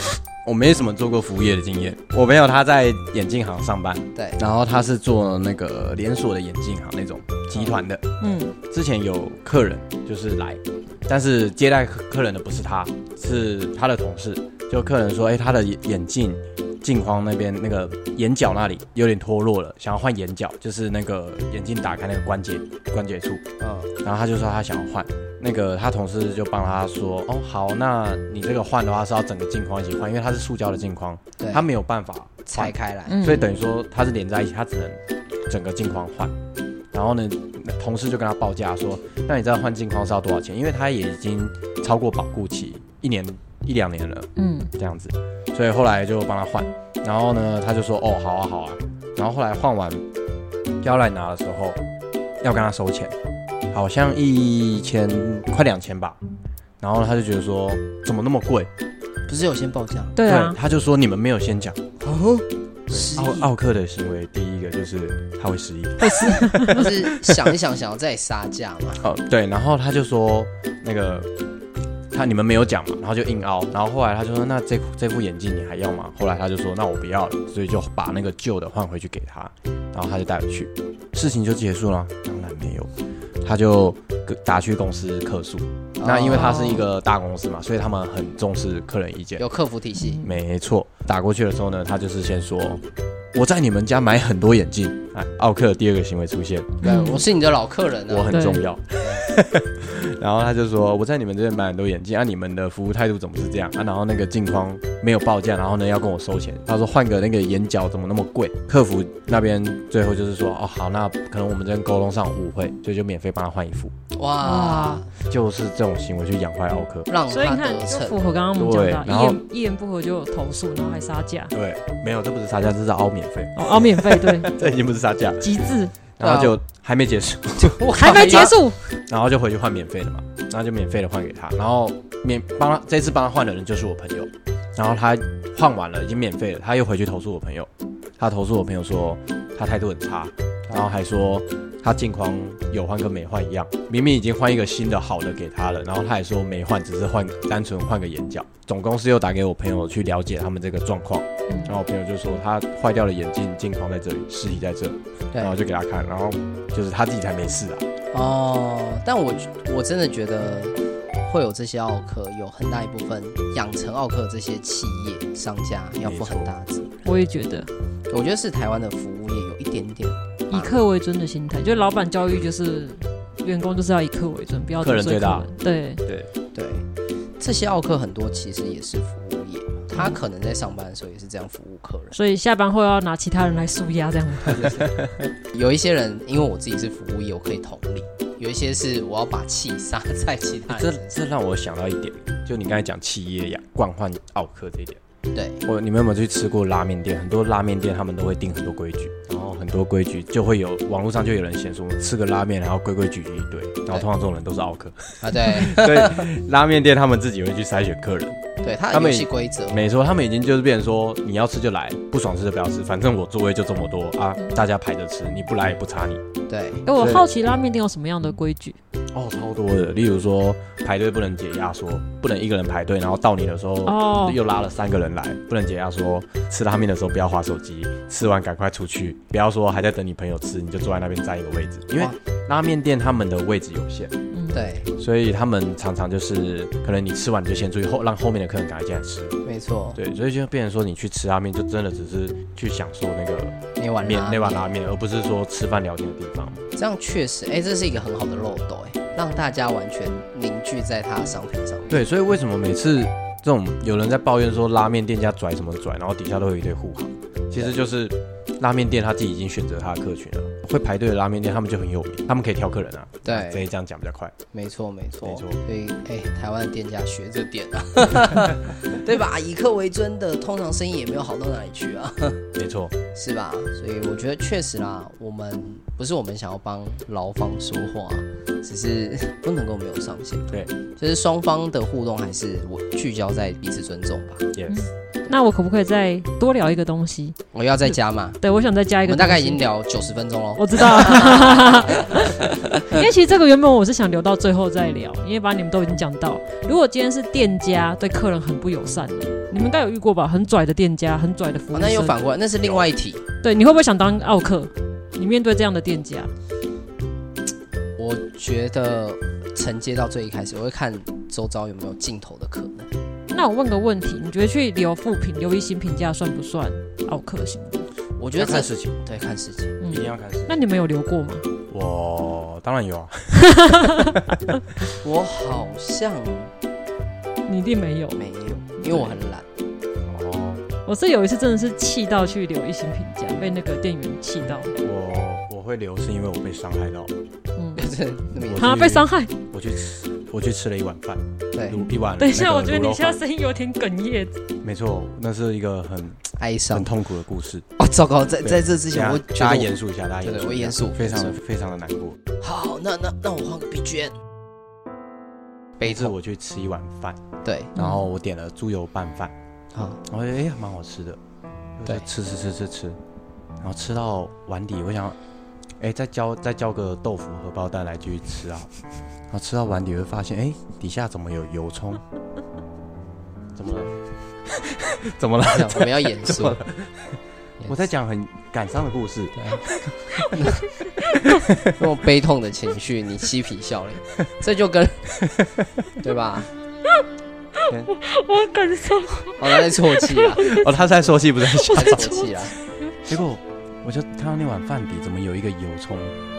S7: 我没什么做过服务业的经验。我朋友他在眼镜行上班，
S4: 对，
S7: 然后他是做那个连锁的眼镜行那种集团的。
S2: 嗯，
S7: 之前有客人就是来，但是接待客客人的不是他，是他的同事。就客人说，哎、他的眼眼镜镜框那边那个眼角那里有点脱落了，想要换眼角，就是那个眼镜打开那个关节关节处。
S4: 嗯，
S7: 然后他就说他想要换，那个他同事就帮他说，哦好，那你这个换的话是要整个镜框一起换，因为它是塑胶的镜框，
S4: 对，
S7: 他
S4: 他们
S7: 没有办法
S4: 拆开
S2: 嗯
S4: 来，
S7: 所以等于说它是连在一起，它只能整个镜框换。然后呢，同事就跟他报价说，那你知道换镜框是要多少钱？因为它也已经超过保固期一年一两年了，
S2: 嗯，
S7: 这样子，所以后来就帮他换。然后呢，他就说，哦好啊好啊。然后后来换完要来拿的时候，要跟他收钱，好像一千快两千吧。然后他就觉得说，怎么那么贵？
S4: 不是有先报价？
S2: 对啊，
S7: 他就说你们没有先讲。
S4: 哦，
S7: 对
S4: 失
S7: 奥
S4: 忆，
S7: 奥克的行为，第一个就是他会失忆。
S4: 就是想一想，想要再杀价嘛。
S7: 哦，对，然后他就说那个他你们没有讲嘛，然后就硬凹，然后后来他就说那这这副眼镜你还要吗？后来他就说那我不要了，所以就把那个旧的换回去给他，然后他就带回去，事情就结束了。啊当然没有，他就跟打去公司客诉。那因为他是一个大公司嘛，所以他们很重视客人意见。
S4: 哦有客服体系，
S7: 没错，打过去的时候呢，他就是先说我在你们家买很多眼镜。哎，奥克的第二个行为出现，
S4: 对，我是你的老客人啊
S7: 嗯我
S4: 了。
S7: 很重要。 然后他就说我在你们这边买很多眼镜，啊，你们的服务态度怎么是这样啊？然后那个镜框没有报价，然后呢要跟我收钱，他说换个那个眼角怎么那么贵？客服那边最后就是说哦好，那可能我们这边沟通上有误会，所以就免费帮他换一副，
S4: 哇，
S7: 就是这种行为去养坏奥克。
S4: 让
S2: 所以
S4: 他
S2: 你看
S4: 得
S2: 就
S4: 逞
S2: 符。合刚刚我们讲
S7: 对
S2: 到，
S7: 然
S2: 一
S7: 后
S2: 言一言不合就有投诉，然后还杀价，
S7: 对，没有，这不是杀价，这是凹免费，
S2: 哦，哦免费对，
S7: 这已经不是杀价，
S2: 极 致，
S7: 然后就还没结束。
S4: 我
S2: 还没结束，
S7: 然后就回去换免费的嘛，然后就免费的换给他，然后免帮他这次帮他换的人就是我朋友，然后他换完了已经免费了，他又回去投诉我朋友，他投诉我朋友说他态度很差，然后还说他镜框有换跟没换一样，明明已经换一个新的好的给他了，然后他还说没换，只是换单纯换个眼角。总公司又打给我朋友去了解他们这个状况，然后我朋友就说他坏掉的眼镜镜框在这里，尸体在这，
S4: 对
S7: 然后就给他看，然后就是他自己才没事啊。
S4: 哦，但我我真的觉得会有这些奥克，有很大一部分养成奥克这些企业商家要负很大的责任。
S2: 我也觉得
S4: 我觉得是台湾的服务业有一点点
S2: 以客为尊的心态，就是老板教育就是员工就是要以客为尊，不要
S7: 客人
S2: 得罪
S7: 最大
S2: 人对，
S4: 对这些奥克很多其实也是服务业嘛，他可能在上班的时候也是这样服务客人。
S2: 所以下班后要拿其他人来舒压这 样。
S4: 有一些人，因为我自己是服务业，我可以同理；有一些是我要把气撒在其他
S7: 这
S4: 人身上。
S7: 这让我想到一点，就你刚才讲企业呀，惯换奥克这一点，
S4: 对，
S7: 我你们有没有去吃过拉面店？很多拉面店他们都会定很多规矩，然后很多规矩就会有网络上就有人嫌说吃个拉面然后规规矩矩一堆，然后通常这种人都是奥克，
S4: 啊，对
S7: 所以拉面店他们自己会去筛选客人，
S4: 对对，它
S7: 他
S4: 的游
S7: 们
S4: 戏规则，
S7: 没错，他们已经就是变成说，你要吃就来，不爽吃就不要吃，反正我座位就这么多啊，大家排着吃，你不来也不差你。
S4: 对，
S2: 哎，我好奇拉面店有什么样的规矩？
S7: 哦，超多的，例如说排队不能解压缩，不能一个人排队，然后到你的时候、
S2: 哦
S7: 又拉了三个人来，不能解压缩，吃拉面的时候不要划手机，吃完赶快出去，不要说还在等你朋友吃，你就坐在那边占一个位置，因为
S4: 哇
S7: 拉面店他们的位置有限，
S2: 嗯，，
S4: 对，
S7: 所以他们常常就是可能你吃完你就先出去，后让后面的客人赶快进来吃，
S4: 没错，
S7: 对，所以就变成说你去吃拉面就真的只是去享受那个
S4: 那碗
S7: 面
S4: 拉
S7: 那碗
S4: 面
S7: 拉面，而不是说吃饭聊天的地方。
S4: 这样确实，哎、这是一个很好的漏斗、哎，让大家完全凝聚在它的商品上面。
S7: 对，所以为什么每次这种有人在抱怨说拉面店家拽什么拽，然后底下都有一堆护航，其实就是拉面店他自己已经选择他的客群了。会排队的拉面店，他们就很有名，他们可以挑客人啊。
S4: 对
S7: 直接这样讲比较快。
S4: 没错，没错，
S7: 没错
S4: 所以，哎、台湾的店家学这点 啊，对吧？以客为尊的，通常生意也没有好到哪里去啊，
S7: 没错，
S4: 是吧？所以我觉得确实啦，我们不是我们想要帮劳方说话，只是不能够没有上限。
S7: 对，
S4: 就是双方的互动还是我聚焦在彼此尊重吧。
S7: ，yes，
S2: 那我可不可以再多聊一个东西？
S4: 我哦要再加嘛，
S2: 对，我想再加
S4: 我
S2: 嗯一个。
S4: 们大概已经，聊九十分钟喽。
S2: 我知道，因为其实这个原本我是想留到最后再聊，因为把你们都已经讲到。如果今天是店家对客人很不友善的，你们应该有遇过吧？很拽的店家，很拽的服务
S4: 哦，
S2: 生。
S4: 那又反过来，那是另外一题。
S2: 对，你会不会想当奥客？你面对这样的店家，
S4: 我觉得承接到最一开始，我会看周遭有没有尽头的可能。
S2: 那我问个问题，你觉得去留负评、留一星评价算不算奥客行为？嗯
S4: 我
S7: 我
S4: 觉得
S7: 看
S4: 这
S7: 事情，
S4: 对看事情，
S7: 一定要看事情。
S2: 那你们有留过吗？
S7: 我当然有啊，
S4: 我好像
S2: 你一定没有。
S4: 没有，因为我很懒。
S7: 哦，
S2: 我是有一次真的是气到去留一星评价，被那个店员气到，
S7: 我我会留是因为我被伤害到，
S2: 嗯，
S4: 真的那么严重
S7: 我
S2: 他
S7: 去
S2: 被伤害。
S7: 我去吃，我去吃了一碗饭，
S4: 对，
S7: 卤一碗。
S2: 等一下，我觉得你现在声音有点哽咽。
S7: 没错，那是一个很
S4: 哀
S7: 很
S4: 伤。
S7: 痛苦的故事。
S4: 哦，糟糕，在在这之
S7: 之
S4: 前，我觉
S7: 大家
S4: 得
S7: 严肃一下，大家严肃一
S4: 对
S7: 下，
S4: 我严肃
S7: 非常
S4: 严
S7: 的非常的难过。
S4: 我好，那那那我换个 BGM。
S7: 每
S4: 悲
S7: 次
S4: 痛，
S7: 我去吃一碗饭，
S4: 对，
S7: 然后我点了猪油拌饭，
S4: 嗯好，
S7: 然后哎蛮好吃的，我就
S4: 对
S7: 吃吃吃吃吃，然后吃到碗底，我想哎再浇再浇个豆腐荷包蛋来继续吃啊，然后吃到碗底会发现哎底下怎么有油葱？怎么了？怎么了？
S4: 这样我们要严肃
S7: 怎么。了我在讲很感伤的 故事，
S4: 那种悲痛的情绪，你嬉皮笑脸， 这就跟对吧？
S2: 我感受，
S4: 好了，在啜泣 啊，
S7: 哦，他在说戏不是在笑。
S4: 他啜泣啊。
S7: 结果我就看到那碗饭底怎么有一个油葱，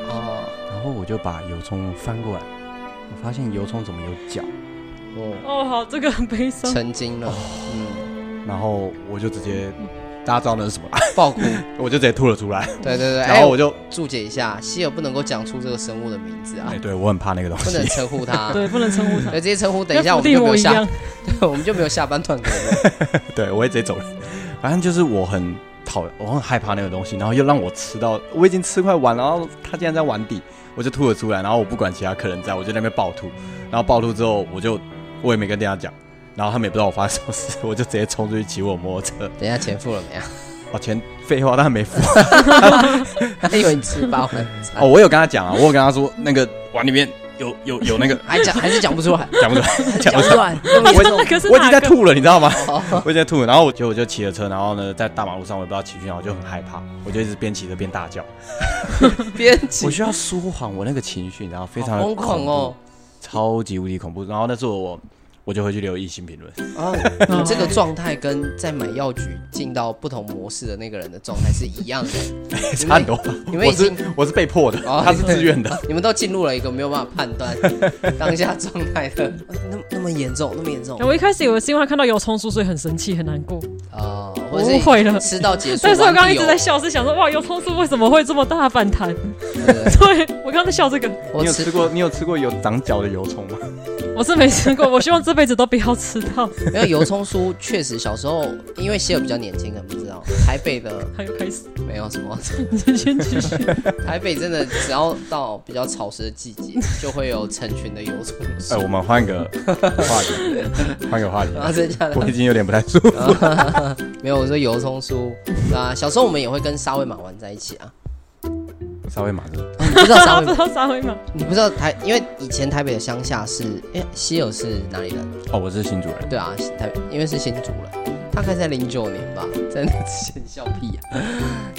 S4: 哦，
S7: 然后我就把油葱翻过来，我发现油葱怎么有脚，
S4: 我
S2: 哦，好，这个很悲伤。
S4: 成精了，嗯，
S7: 然后我就直接，大家知道那是什么吧？
S4: 爆哭。
S7: 我就直接吐了出来，
S4: 对对对，
S7: 然
S4: 哎，
S7: 后
S4: 我
S7: 我就，
S4: 注解一下，希尔不能够讲出这个生物的名字啊
S7: 哎，，对我很怕那个东
S4: 不
S7: 西
S4: 能，称呼 他。
S2: 对，不能称呼他
S4: 对，。这些称 呼等一下我
S2: 跟伏地魔
S4: 们就没有
S2: 一
S4: 下
S2: 样，，
S4: 对， 我们就没有下班团购了。
S7: 对我会直接走人。反正就是我很讨，我很害怕那个东西，然后又让我吃到，我已经吃快完了，然后他竟然在碗底，我就吐了出来，然后我不管其他客人在，我就在那边暴吐，然后暴吐之后，我就我也没跟店家讲。然后他们也不知道我发生什么事， 我就直接冲出去骑我摩托车，
S4: 等一下钱付了没啊？
S7: 哦，钱废话，当然没付啊
S4: 他以为你吃八碗
S7: 哦，
S4: 餐，
S7: 我有跟他讲啊，我有跟他说那个碗里面有有有那 个
S4: 还讲还是讲不出来，
S7: 讲不出来，讲
S4: 讲
S7: 不
S4: 不
S7: 出
S4: 出
S7: 来，
S4: 来，那么严
S7: 我
S4: 重
S2: 那个是
S7: 我已经
S2: 哪
S7: 在
S2: 个？
S7: 吐了，你知道吗？
S4: 哦
S7: 我已经在吐了，然后我就我就骑着车，然后呢在大马路上，我也不知道骑去哪，我就很害怕，我就一直边骑着边大叫。
S4: 编辑
S7: 我需要舒缓我那个情绪，你知道，非常
S4: 好
S7: 的
S4: 疯狂哦，
S7: 超级无敌恐怖。然后那时候我我就会去留一星评论，
S4: 哦，你这个状态跟在买药局进到不同模式的那个人的状态是一样的，你
S7: 差
S4: 们
S7: 很多。
S4: 你们
S7: 我
S4: 已
S7: 是
S4: 经
S7: 我是被迫的，
S4: 哦
S7: 他是 自愿的。
S4: 你们都进入了一个没有办法判断当下状态的， 那那么严重，那么严重
S2: 我一开始以为是因为他看到油葱酥，所以很生气，很难过。
S4: 啊，或
S2: 我
S4: 者
S2: 误会了
S4: 是吃到结束，
S2: 但是我刚刚一直在
S4: 完毕哦
S2: 笑，是想说哇，油葱酥为什么会这么大反弹？
S4: 哦对对对
S2: 对我刚刚在笑这个，
S4: 我
S7: 你有
S4: 吃
S7: 吃过你有吃过有长脚的油葱吗？
S2: 我我是没吃过，我希望这辈子都不要吃到，
S4: 没有油葱酥，确实小时候因为希尔比较年轻，可能不知道台北的
S2: 他又开始，
S4: 没有什么，
S2: 你先继续。
S4: 台北真的只要到比较潮湿的季 节，就会有成群的油葱
S7: 哎，
S4: 酥，
S7: 我们换个话题，换个话题。
S4: 然后再加上
S7: 我已经有点不太舒服。
S4: 没有我说油 葱酥，啊，小时候我们也会跟沙威玛玩在一起啊，
S7: 稍微麻烦，
S4: 哦你不知道沙
S2: 大
S4: 威
S2: 家知
S4: 玛，
S2: 道沙威玛？
S4: 你不知道台，因为以前台北的乡下是，哎，希尔是哪里人？
S7: 哦，我是新主人。
S4: 对啊，台因为是新竹人，大概在零九年吧，在那之前笑屁啊，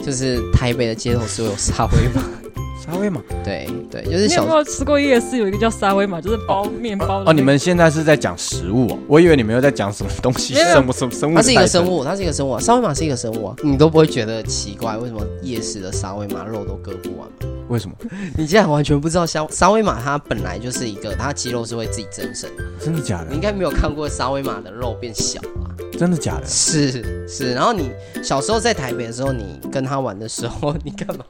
S4: 就是台北的街头是会有沙威玛，
S7: 沙威玛
S4: 对对，就是
S2: 你有
S4: 小
S2: 没有吃过夜市有一个叫沙威玛，就是包面包的那个
S7: 哦，你们现在是在讲食物哦，我以为你们又在讲什么东西，
S4: 没有没有
S7: 什么什么生物。
S4: 它是一个生，物，它是一个生物、啊，沙威玛是一个生物啊，你都不会觉得奇怪，为什么夜市的沙威玛肉都割不完吗？
S7: 为什么？
S4: 你竟然完全不知道沙沙威玛它本来就是一个，它肌肉是会自己增生的，
S7: 真的假
S4: 你应
S7: 的？
S4: 该没有看过沙威玛的肉变小吧？
S7: 真的假的？
S4: 是是，然后你小时候在台北的时候，你跟它玩的时候，你干 嘛？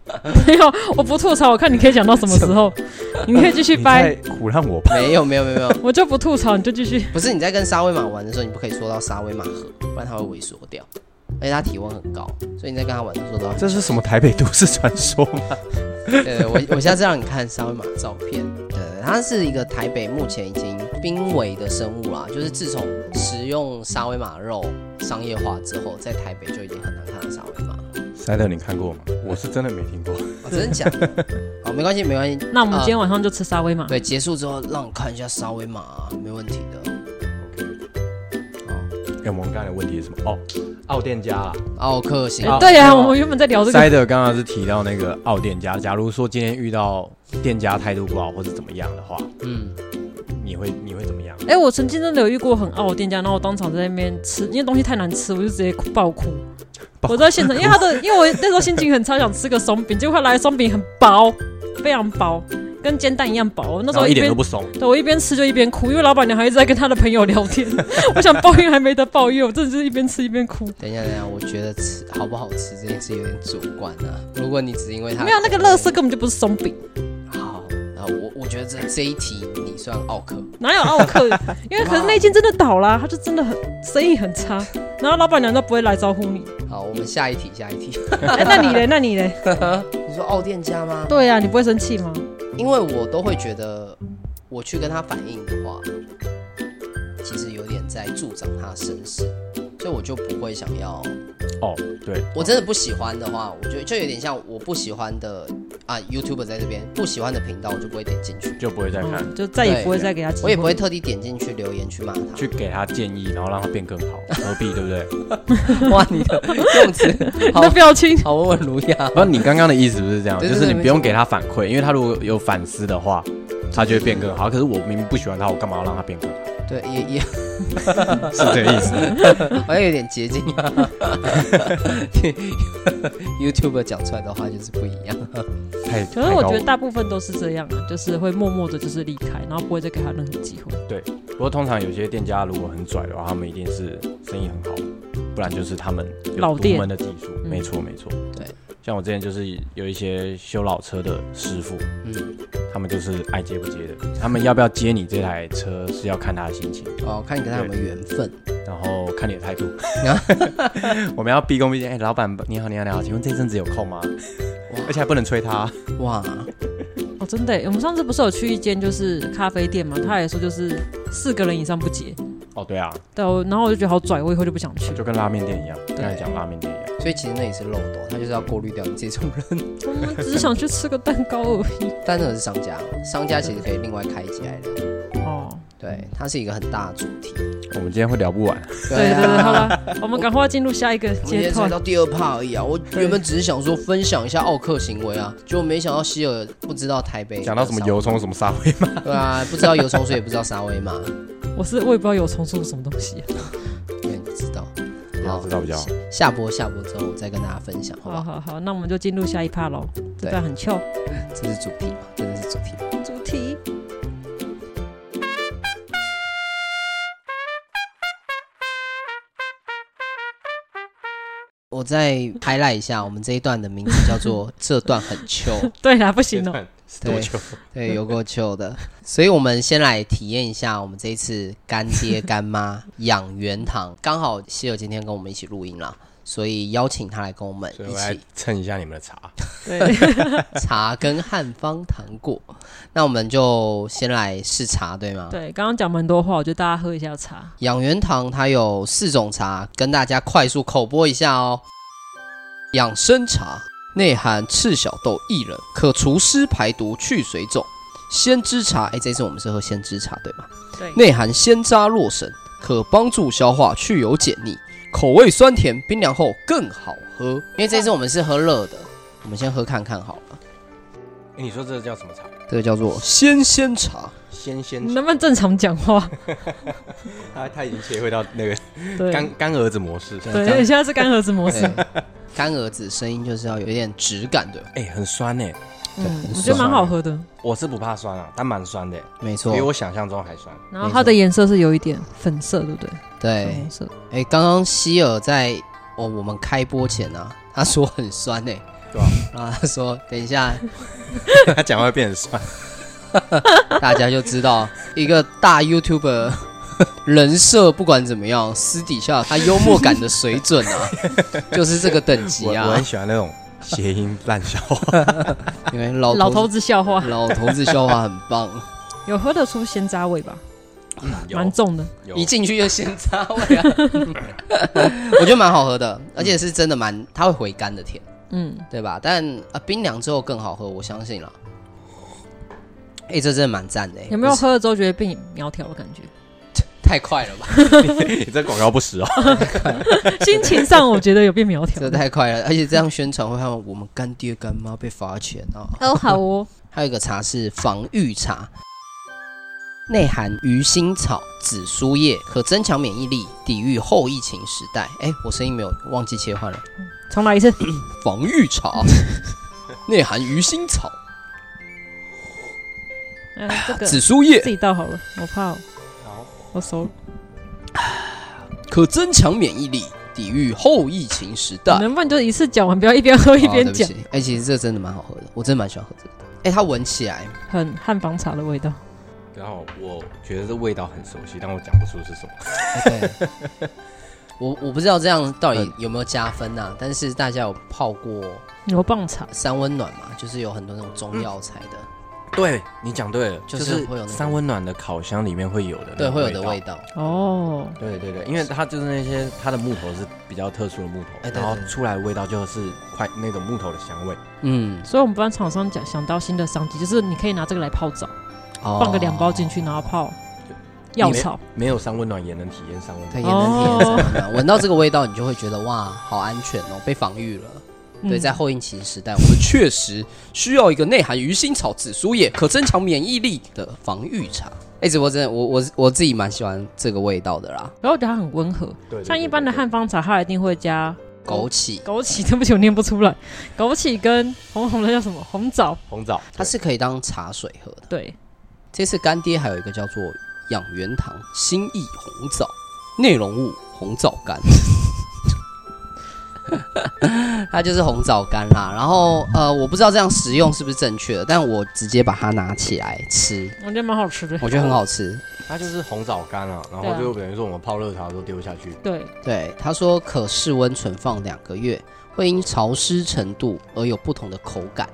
S2: 没有，我不吐槽，我看你可以讲到什么时候，你可以继续
S7: 你
S2: 掰
S7: 在，胡乱我吧。
S4: 没有没有没有没有，
S2: 我就不吐槽，你就继续。
S4: 不是你在跟沙威玛玩的时候，你不可以缩到沙威玛河，不然它会萎缩掉，而且它体温很高，所以你在跟它玩的时候都要。
S7: 这是什么台北都市传说吗？
S4: 对对，我我下次让你看沙威玛的照片。对，对它是一个台北目前已经濒危的生物啦，就是自从食用沙威玛肉商业化之后，在台北就已经很难看到沙威玛了。
S7: 塞德，你看过吗？我是真的没听过。
S4: 哦、真的假 的？好，没关系，没关系。
S2: 那我们今天晚上就吃沙威玛。
S4: 对，结束之后让你看一下沙威玛、没问题的。哦
S7: 哎，我们刚才的问题是什么？哦，奥店家啦。
S4: 奥克星，
S7: 好
S2: 对呀，
S7: 好
S2: 我们原本在聊哦这
S7: 塞
S2: 个，
S7: 德刚刚是提到那个奥店家，假如说今天遇到店家态度不好或者怎么样的话，
S4: 嗯，
S7: 你会你会怎么样？
S2: 哎，我曾经真的有遇过很傲的店家，然后我当场在那边吃，因为东西太难吃，我就直接哭爆哭。
S7: 爆哭
S2: 我在现场，因为他 的，因为我那时候心情很差，想吃个松饼，结果他来的松饼很薄，非常薄，跟煎蛋一样薄。我那
S7: 然
S2: 时候
S7: 后一点
S2: 边
S7: 都不松，
S2: 对我一边吃就一边哭，因为老板娘还一直在跟她的朋友聊 天，我想抱怨还没得抱怨，我真的就是一边吃一边哭。
S4: 等一下，等一下，我觉得吃好不好吃这件事有点主观啊。如果你只因为它
S2: 没有那个乐色根本就不是松饼，
S4: 好，啊，我我觉得这这一题你算奥克，
S2: 哪有奥克？因为可是那间真的倒啦，他就真的很生意很差，然后老板娘都不会来招呼你。
S4: 好，我们下一题，下一题。
S2: 哎，那你嘞？那你嘞？
S4: 你说奥店家吗？
S2: 对呀、啊你不会生气吗？
S4: 因为我都会觉得，我去跟他反映的话，其实有点在助长他身世，所以我就不会想要。
S7: 哦，对，
S4: 我真的不喜欢的话，我就就有点像我不喜欢的啊，YouTube 在这边不喜欢的频道，我就不会点进去，
S7: 就不会再看，
S2: 嗯就再也不会再给他机
S4: 我也
S2: 会。
S4: 不会特地点进去留言去骂他。
S7: 去给他建议，然后让他变更好，何必对不对？
S4: 哇，你的用 词 好
S2: 那表情，
S4: 好温文儒雅。
S7: 哦然后你刚刚的意思不是这样，
S4: 对
S7: 就
S4: 对
S7: 是你
S4: 对没
S7: 不用给他反馈，因为他如果有反思的话，他就会变更好。可是我明明不喜欢他，我干嘛要让 他变更好？
S4: 对，也也
S7: 是这个意思？
S4: 好像有点捷径 啊。YouTube 讲出来的话就是不一样。
S7: 太，
S2: 可是我
S7: 太高
S2: 觉得大部分都是这样啊，就是会默默的，就是离开，然后不会再给他任何机会。
S7: 不过通常有些店家如果很拽的话，他们一定是生意很好，不然就是他们有
S2: 老
S7: 独
S2: 店
S7: 门的技术。
S2: 嗯
S7: 没错，没错。
S4: 对，
S7: 像我之前就是有一些修老车的师傅，
S4: 嗯，
S7: 他们就是爱接不接的，他们要不要接你这台车是要看他的心情，
S4: 哦，看你跟他有没有缘分。
S7: 然后看你的态度。 我们要毕恭毕敬，哎、老板你好，你好，你好，请问这阵子有空吗？而且还不能催他，
S4: 哇，
S2: 哦，真的耶，我们上次不是有去一间就是咖啡店嘛，他也说就是四个人以上不结。
S7: 哦，对啊，
S2: 对，我然后我就觉得好拽，我以后就不想去。
S7: 就跟拉面店一样，刚才讲拉面店一样，
S4: 所以其实那也是漏斗，他就是要过滤掉你这种人。
S2: 我们只是想去吃个蛋糕而 已。
S4: 但那个是商家，商家其实可以另外开一集来聊。
S2: 哦，
S4: 对，它是一个很大的主题。
S7: 我们今天会聊不完。
S2: 对对对，好
S4: 啊。
S2: 了，我们赶快进入下一个
S4: 我们今
S2: 阶
S4: 天才
S2: 段。
S4: 到第二趴而已啊！我原本只是想说分享一下奥克行为啊，结果没想到希尔不知道台北
S7: 讲到什么油葱什么沙威玛，
S4: 对啊，不知道油葱水，也不知道沙威玛，
S2: 我是我也不知道有重塑什么东西、啊
S4: 因为哎你知道。
S7: 不要知道比较好。
S4: 下播下播之后，我再跟大家分享，好不
S2: 好
S4: 好？
S2: 好好，那我们就进入下一趴喽。这段很翘。
S4: 这是主题嘛，真的是主题。
S2: 主题。
S4: 我再 highlight 一下，我们这一段的名字叫做“这段很秋
S2: 对啦，不行哦、
S7: 是 多
S4: 对
S7: 久？
S4: 对，有够糗的。所以我们先来体验一下我们这一次干爹干妈养元堂，刚好希友今天跟我们一起录音啦，所以邀请他来跟我们
S7: 所以
S4: 一
S7: 我来
S4: 起
S7: 蹭一下你们的茶。
S4: 茶跟汉方糖果。那我们就先来试茶，对吗？。
S2: 对，刚刚讲蛮多话，我觉得大家喝一下茶。
S4: 养元堂它有四种茶，跟大家快速口播一下哦。养生茶内含赤小豆薏仁，可除湿排毒、去水肿。鲜知茶，哎，这次我们是喝鲜知茶对吗？
S2: 对
S4: 内含鲜渣洛神，可帮助消化、去油解腻，口味酸甜，冰凉后更好喝。因为这次我们是喝热的，我们先喝看看好了。
S7: 哎、你说这个叫什么茶？
S4: 这个叫做鲜鲜茶，
S7: 鲜鲜
S2: 你
S7: 茶
S2: 能，不能正常讲话？
S7: 他他已经切回到那个
S2: 对，
S7: 干干儿子模式。
S2: 对，现在是干盒子模式，
S4: 对，干儿子声音就是要有一点质感的，
S7: 哎、很酸呢、
S2: 嗯
S4: 对很
S2: 我觉得
S4: 爽
S2: 蛮好喝的。
S7: 我是不怕酸啊，但蛮酸的、
S4: 没错
S7: 比。我想象中还酸。
S2: 然后它的颜色是有一点粉色，对不对？粉
S4: 对
S2: 红，色。
S4: 哎，刚刚希尔在哦，我们开播前啊，他说很酸哎、
S7: 对啊
S4: 然后他说等一下，
S7: 他讲话会变很酸。
S4: 大家就知道一个大 YouTuber 人设不管怎么样，私底下他幽默感的水准啊，就是这个等
S7: 我
S4: 级
S7: 我
S4: 啊
S7: 很。喜欢那种谐音烂笑 话。
S4: 因为老
S2: 老头
S4: 头
S2: 子笑话，
S4: 老头子笑话很棒，
S2: 有喝得出鲜渣味吧？
S7: 有
S2: 蛮重的。
S7: 有
S4: 一进去就先插味啊， 我觉得蛮好喝的，而且是真的蛮，它会回甘的甜，
S2: 嗯，
S4: 对吧？但啊，冰凉之后更好喝，我相信啦。哎、这真的蛮赞的、欸，
S2: 有没有
S4: 不是
S2: 喝了之后觉得变苗条的感觉？
S4: 太快了吧？
S7: 你这广告不实哦。
S2: 心情上我觉得有变苗条
S4: 这。太快了，而且这样宣传会让我们干爹干妈被罚钱啊！
S2: 哦，好哦，
S4: 还有一个茶是防御茶，内含鱼腥草、紫苏叶，可增强免疫力，抵御后疫情时代。哎，我声音没有忘记切换了。
S2: 重来一次。
S4: 防御 茶，内含鱼腥草、
S2: 嗯，这个
S4: 紫苏叶
S2: 自，己倒好了，我怕我
S7: 好，
S2: 我手
S4: 可增强免疫力，抵御后疫情时代。
S2: 能不能就一次讲完，不要一边喝一
S4: 啊哦
S2: 边讲
S4: 对，不起哎、其实这真的蛮好喝的，我真的蛮喜欢喝这个的。哎，它闻起来
S2: 很汉方茶的味道。
S7: 然后我觉得这味道很熟悉，但我讲不出是什么。
S4: 哎对， 我我不知道这样到
S2: 嗯
S4: 底有没有加分呐、但是大家有泡过
S2: 牛蒡茶，
S4: 三温暖嘛，就是有很多那种
S2: 嗯
S4: 中药材的，
S7: 对你讲对了，就
S4: 就是
S7: 是
S4: 会有那个
S7: 三温暖的烤箱里面会有的，
S4: 对，会有的味。道。
S2: 哦，
S7: 对对对，因为它就是那些它的木头是比较特殊的木头，
S4: 哎对
S7: 然后
S4: 对
S7: 出来的味道就是快那种木头的香味。
S4: 嗯，
S2: 所以我们帮厂商讲想到新的商机，就是你可以拿这个来泡澡，
S4: 哦
S2: 放个两包进去，然后泡
S7: 对
S2: 药草。哦
S7: 没有三温暖也能体验三温
S4: 它 也
S7: 暖。
S4: 能体验三温暖。闻到这个味道，你就会觉得哇，好安全哦，被防御了。对，
S2: 嗯
S4: 在后疫情时代，我们确实需要一个内含鱼腥草、紫苏叶可增强免疫力的防御茶。哎、直播真的，我我我自己蛮喜欢这个味道的啦，
S2: 然后我觉得它很温和，
S7: 对，对
S2: 像一般的汉，方茶，它一定会加
S4: 枸杞，
S2: 枸杞， 对不起，我念不出来，枸杞跟红红的叫什么红枣，
S7: 对对红枣，
S4: 它是可以当茶水喝的。
S2: 对，
S4: 这次干爹还有一个叫做养元堂新意红枣，内容物红枣干， 它就是红枣干啦。然后呃，我不知道这样食用是不是正确的，但我直接把它拿起来吃，
S2: 我觉得蛮好吃的。
S4: 我觉得很好吃。
S7: 对它就是红枣干啊，然
S2: 对
S7: 后
S2: 啊
S7: 就等于说我们泡热茶都丢下去，
S2: 对，
S4: 对，他说可室温存放两个月，会因潮湿程度而有不同的口感。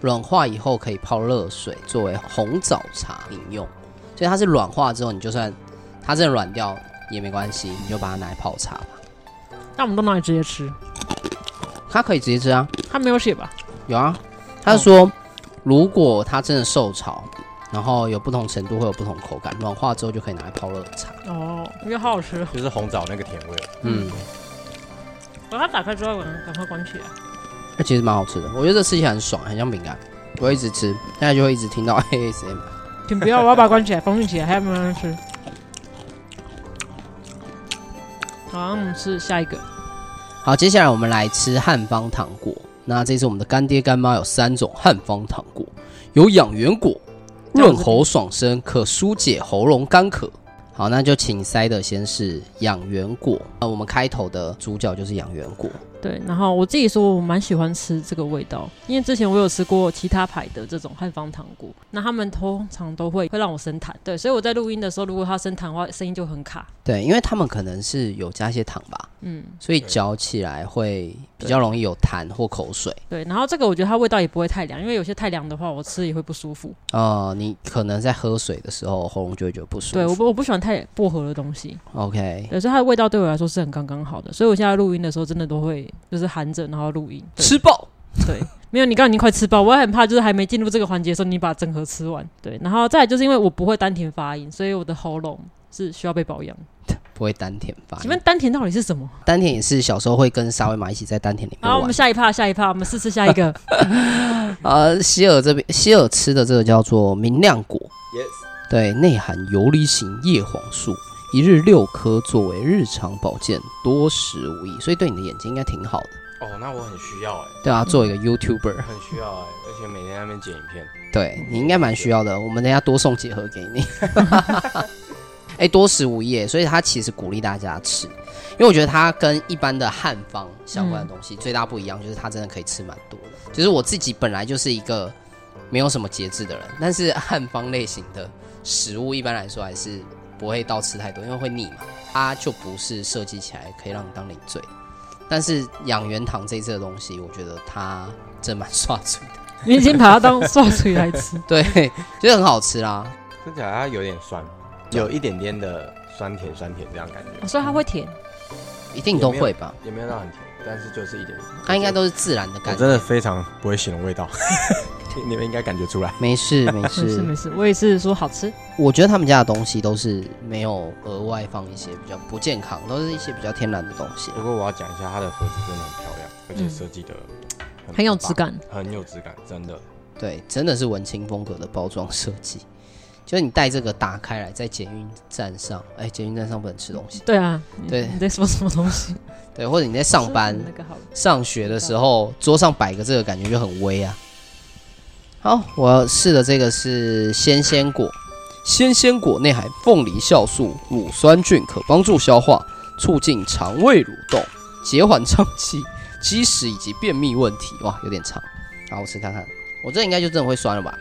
S4: 软化以后可以泡热水作为红枣茶饮用，所以它是软化之后，你就算它真的软掉也没关系，你就把它拿来泡茶吧。
S2: 那我们到哪里直接吃？
S4: 它可以直接吃啊，
S2: 它没有写吧？
S4: 有啊。他说，如果它真的受潮，然后有不同程度会有不同口感，软化之后就可以拿来泡热茶。
S2: 哦，我觉得好好吃。
S7: 就是红枣那个甜味。
S4: 嗯，
S2: 把它打开之后，赶快关起来。
S4: 那其实蛮好吃的，我觉得这吃起来很爽，很像饼干。我会一直吃，现在就会一直听到 ASM。
S2: 请不要，我要把它关起来，封印起来，还要慢慢吃。好，我们吃下一个。
S4: 好，接下来我们来吃汉方糖果。那这次我们的干爹干妈有三种汉方糖果，有养元果，润喉爽身，可疏解喉咙干渴。好，那就请塞的先是养元果。呃，我们开头的主角就是养元果，
S2: 对，然后我自己说，我蛮喜欢吃这个味道，因为之前我有吃过其他牌的这种汉方糖果，那他们通常都会会让我生痰，对，所以我在录音的时候，如果它生痰的话，声音就很卡，
S4: 对，因为他们可能是有加一些糖吧，
S2: 嗯，
S4: 所以嚼起来会比较容易有痰或口水。
S2: 对，然后这个我觉得它味道也不会太凉，因为有些太凉的话，我吃也会不舒服，
S4: 呃，你可能在喝水的时候喉咙就会觉得不舒服。
S2: 对，我不我不喜欢太薄荷的东西，
S4: OK，
S2: 对，所以它的味道对我来说是很刚刚好的，所以我现在录音的时候真的都会就是含着然后录音，对
S4: 吃爆。
S2: 对，没有你刚刚已经快吃饱，我也很怕，就是还没进入这个环节的时候，你把整盒吃完。对，然后再来就是因为我不会丹田发音，所以我的喉咙是需要被保养。
S4: 不会丹田吧？
S2: 请问丹田到底是什么？
S4: 丹田也是小时候会跟沙威玛一起在丹田里面
S2: 好，我
S4: 玩
S2: 们。下一趴，下一趴，我们试试下一个。
S4: 呃，希尔这边希尔吃的这个叫做明亮果对，内含游离型叶黄素，一日六颗，作为日常保健，多食无益，所以对你的眼睛应该挺好的。
S7: 哦，那我很需要哎、
S4: 对啊，做一个 YouTuber，
S7: 很需要哎、而且每天在那边剪影片，
S4: 对你应该蛮需要的。我们等一下多送几盒给你。 哎，多食无益，所以他其实鼓励大家吃，因为我觉得它跟一般的汉方相关的东西、最大不一样就是它真的可以吃蛮多的。就是我自己本来就是一个没有什么节制的人，但是汉方类型的食物一般来说还是不会到吃太多，因为会腻嘛。它就不是设计起来可以让你当零嘴，但是养元堂这一次的东西，我觉得它真蛮 刷嘴的。
S2: 你已经把它当刷嘴来 吃，
S4: 对，就是很好吃啦。
S7: 真假的它有点酸，有一点点的酸甜酸甜这样感觉，
S2: 哦所以它会甜。
S4: 一定都会吧？
S7: 也没有到很甜，但是就是一点点。
S4: 它应该都是自然的
S7: 我
S4: 感觉。
S7: 真的非常不会形容 味道，你们应该感觉出来。
S4: 没 事没
S2: 没事
S4: 事
S2: 没，事，我也 是说好吃。
S4: 我觉得他们家的东西都是没有额外放一些比较不健康，都是一些比较天然的东西。
S7: 不过我要讲一下，它的盒子真的很漂亮，而且设计的
S2: 嗯很有质，感，
S7: 很有质感，真的。
S4: 对，真的是文青风格的包装设计。 就是你带这个打开来，在捷运站上，哎，捷运站上不能吃东西。
S2: 对啊，
S4: 对
S2: 你在说什么东西？
S4: 对，或者你在上班
S2: 是、那个好了，
S4: 上学的时候，桌上摆个这个，感觉就很威啊。好，我试的这个是鲜鲜果，鲜鲜果内含凤梨酵素、乳酸菌，可帮助消化，促进肠胃蠕动，减缓胀气、积食以及便秘问题。哇，有点长，好，我吃看看。我这应该就真的会酸了吧？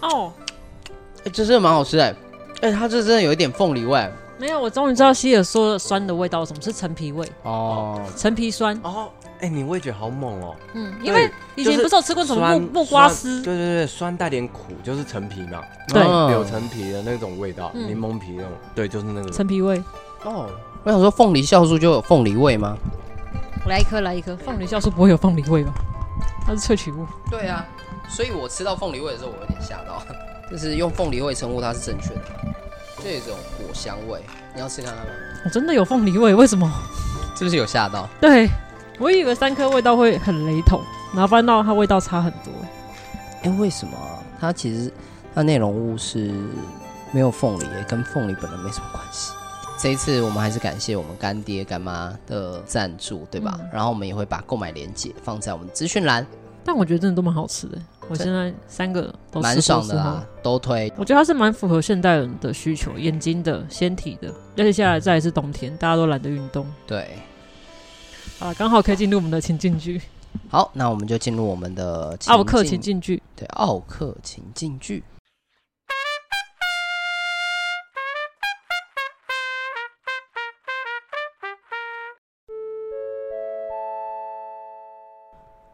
S2: 哦，
S4: 哎、这真的蛮好吃哎、哎、它这真的有一点凤梨味
S2: 没有，我终于知道希尔说的酸的味道是什么是陈皮味，
S4: 哦。
S2: 陈皮酸。
S7: 哦，哎，你味觉好猛哦！
S2: 嗯，因为以前
S7: 就是
S2: 不是有吃过什么
S7: 酸
S2: 木木瓜
S7: 酸
S2: 丝？
S7: 对对对，酸带点苦，就是陈皮嘛，
S2: 对
S4: 嗯
S7: 柳橙皮的那种味道，
S2: 嗯
S7: 柠檬皮那种，对，就是那个。
S2: 陈皮味。
S4: 哦，我想说凤梨酵素就有凤梨味吗？
S2: 来一颗，来一颗。凤梨酵素不会有凤梨味吧？它是萃取物。
S4: 对啊，所以我吃到凤梨味的时候，我有点吓到， 就是用凤梨味称呼它是正确的嘛，就有一种果香味。你要吃看看吗？
S2: 我、哦真的有凤梨味，为什么？
S4: 是不是有吓到？
S2: 对，我以为三颗味道会很雷同，然后发现到它味道差很多。
S4: 哎、为什么啊？它其实它内容物是没有凤梨，跟凤梨本人没什么关系。这一次我们还是感谢我们干爹干妈的赞助，对吧？
S2: 嗯
S4: 然后我们也会把购买链接放在我们资讯栏，
S2: 但我觉得真的都蛮好吃的。我现在三个都吃
S4: 蛮爽的啊
S2: 说实话
S4: 啦，都推。
S2: 我觉得它是蛮符合现代人的需求，眼睛的、纤体的。而且下来再来是冬天，大家都懒得运动
S4: 对，
S2: 啊，刚好可以进入我们的情境剧，
S4: 好，那我们就进入我们的
S2: 奥克
S4: 情
S2: 情境
S4: 境，
S2: 剧。
S4: 对，奥克情境剧。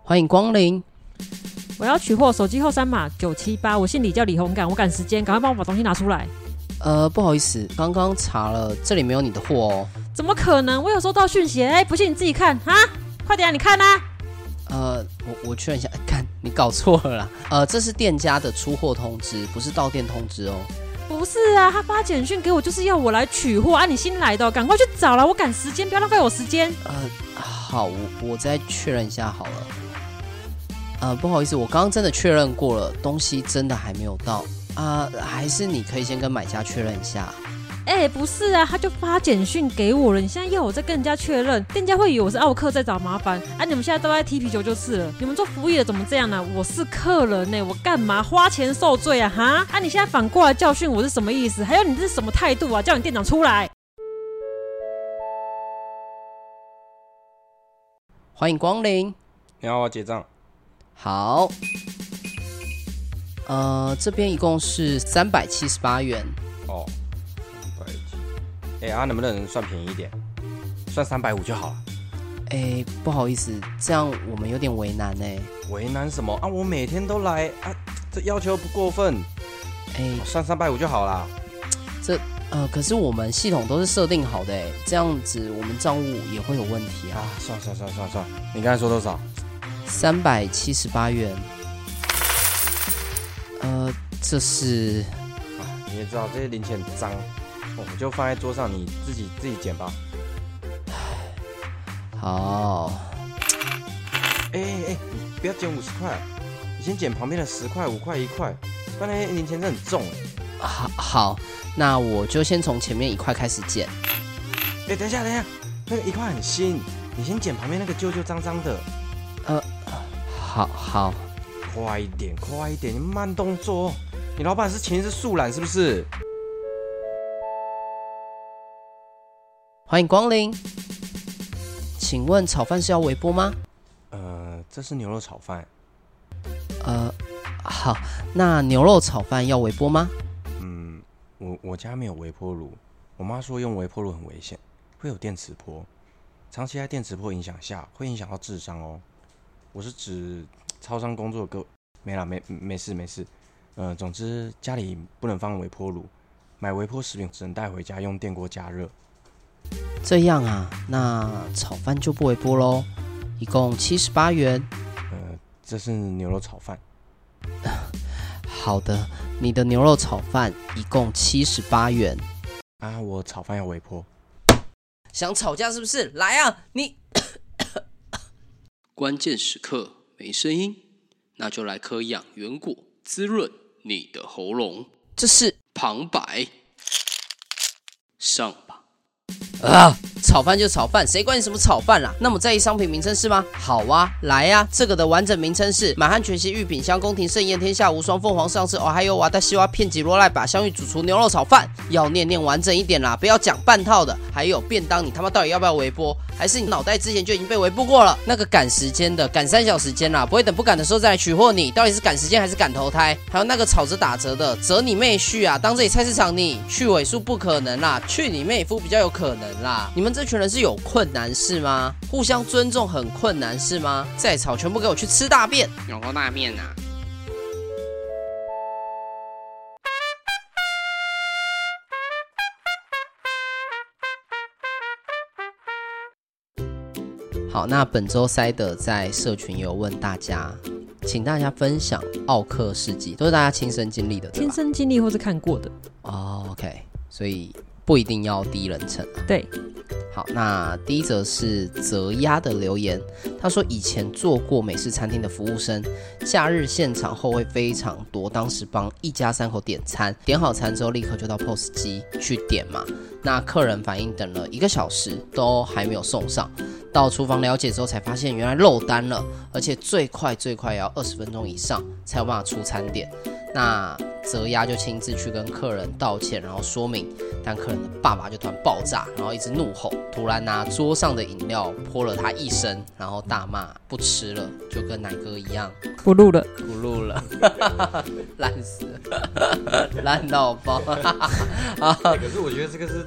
S4: 欢迎光临。
S2: 我要取货，手机后三码九七八。我姓李，叫李红感，我赶时间，赶快帮我把东西拿出来。
S4: 呃，不好意思，刚刚查了，这里没有你的货哦。
S2: 怎么可能？我有收到讯息，哎、不信你自己看哈，快点、啊，你看呐、啊。
S4: 呃，我我确认一下， 哎干，你搞错了啦。呃，这是店家的出货通知，不是到店通知哦。
S2: 不是啊，他发简讯给我，就是要我来取货啊！你新来的哦、赶快去找啦，我赶时间，不要浪费我时间。
S4: 呃，好，我我再确认一下好了。呃，不好意思，我刚刚真的确认过了，东西真的还没有到啊、还是你可以先跟买家确认一下。
S2: 哎、不是啊，他就发简讯给我了，你现在要我再跟人家确认，店家会以为我是奥客在找麻烦啊！你们现在都在踢皮球就是了，你们做服务业的怎么这样呢、啊我是客人呢、我干嘛花钱受罪啊？哈！啊，你现在反过来教训我是什么意思？还有你这是什么态度啊？叫你店长出来！
S4: 欢迎光临。
S7: 你哎要我结账，
S4: 好，呃，这边一共是三百七十八元，
S7: 哦，三百几，哎、啊，能不能算便宜一点？算三百五就好了。
S4: 哎，不好意思，这样我们有点为难哎呢。
S7: 为难什么啊？我每天都来啊，这要求不过分，
S4: 哎，
S7: 算三百五就好啦。
S4: 呃，可是我们系统都是设定好的，哎，这样子我们账务也会有问题啊。，
S7: 啊算算算算算，你刚才说多少？啊
S4: 三百七十八元，呃，这是
S7: 你也知道这些零钱很脏，哦我就放在桌上，你自己自己捡吧。
S4: 好，
S7: 哎哎哎，你不要捡五十块，你先捡旁边的十块、五块、一块，不然那些零钱真的很重。
S4: 好，好，那我就先从前面一块开始减。
S7: 哎，等一下等一下，那个一块很新，你先捡旁边那个旧旧脏脏的，
S4: 好好，
S7: 快一点快一点，你慢动作哦。你老板是前一是素懒是不是？
S4: 欢迎光临。请问炒饭是要微波吗？
S7: 呃，这是牛肉炒饭，
S4: 呃，好，那牛肉炒饭要微波吗？
S7: 嗯，我我家没有微波炉，我妈说用微波炉很危险，会有电磁波，长期在电磁波影响下会影响到智商哦。我是指超商工作的各没啦，没没事没事。呃，总之家里不能放微波炉，买微波食品只能带回家用电锅加热。
S4: 这样啊，那炒饭就不微波喽，一共七十八元。
S7: 呃，这是牛肉炒饭，
S4: 好的，你的牛肉炒饭一共七十八元。
S7: 啊，我炒饭要微波。
S4: 想吵架是不是？来啊，你
S10: 关键时刻没声音，那就来颗养元果，滋润你的喉咙。
S4: 这是
S10: 旁白，上吧。
S4: 啊，炒饭就炒饭，谁管你什么炒饭啦？那么在意商品名称是吗？好啊，来呀、啊，这个的完整名称是满汉全席御品香宫廷盛宴天下无双凤凰上市哦还有瓦达西瓜片吉罗赖把香芋主厨牛肉炒饭，要念念完整一点啦，不要讲半套的。还有便当，你他妈到底要不要微波？还是你脑袋之前就已经被微波过了？那个赶时间的，赶三小时间啦，不会等不赶的时候再来取货你，到底是赶时间还是赶投胎？还有那个吵着打折的，折你妹去啊！当这里菜市场你去尾数不可能啦，去你妹夫比较有可能啦。你们这群人是有困难是吗？互相尊重很困难是吗？再吵全部给我去吃大便！
S11: 有锅大便呐、
S4: 好，那本周塞德在社群有问大家，请大家分享奥克事迹，都是大家亲身经历的，对
S2: 亲
S4: 吧？
S2: 身经历或是看过的，
S4: 哦，OK，所以不一定要第一人称。
S2: 对，
S4: 好，那第一则是泽鸭的留言，他说以前做过美式餐厅的服务生，假日现场后会非常多，当时帮一家三口点餐，点好餐之后立刻就到 POS 机去点嘛，那客人反应等了一个小时都还没有送上，到厨房了解之后才发现原来漏单了，而且最快最快也要二十分钟以上才有办法出餐点。那泽鸭就亲自去跟客人道歉，然后说明但客人的爸爸就突然爆炸，然后一直怒吼，突然拿桌上的饮料泼了他一身，然后大骂不吃了，就跟奶哥一样
S2: 不录了。
S4: 不录了， 烂死了，烂到爆。
S7: 欸可是我觉得这个是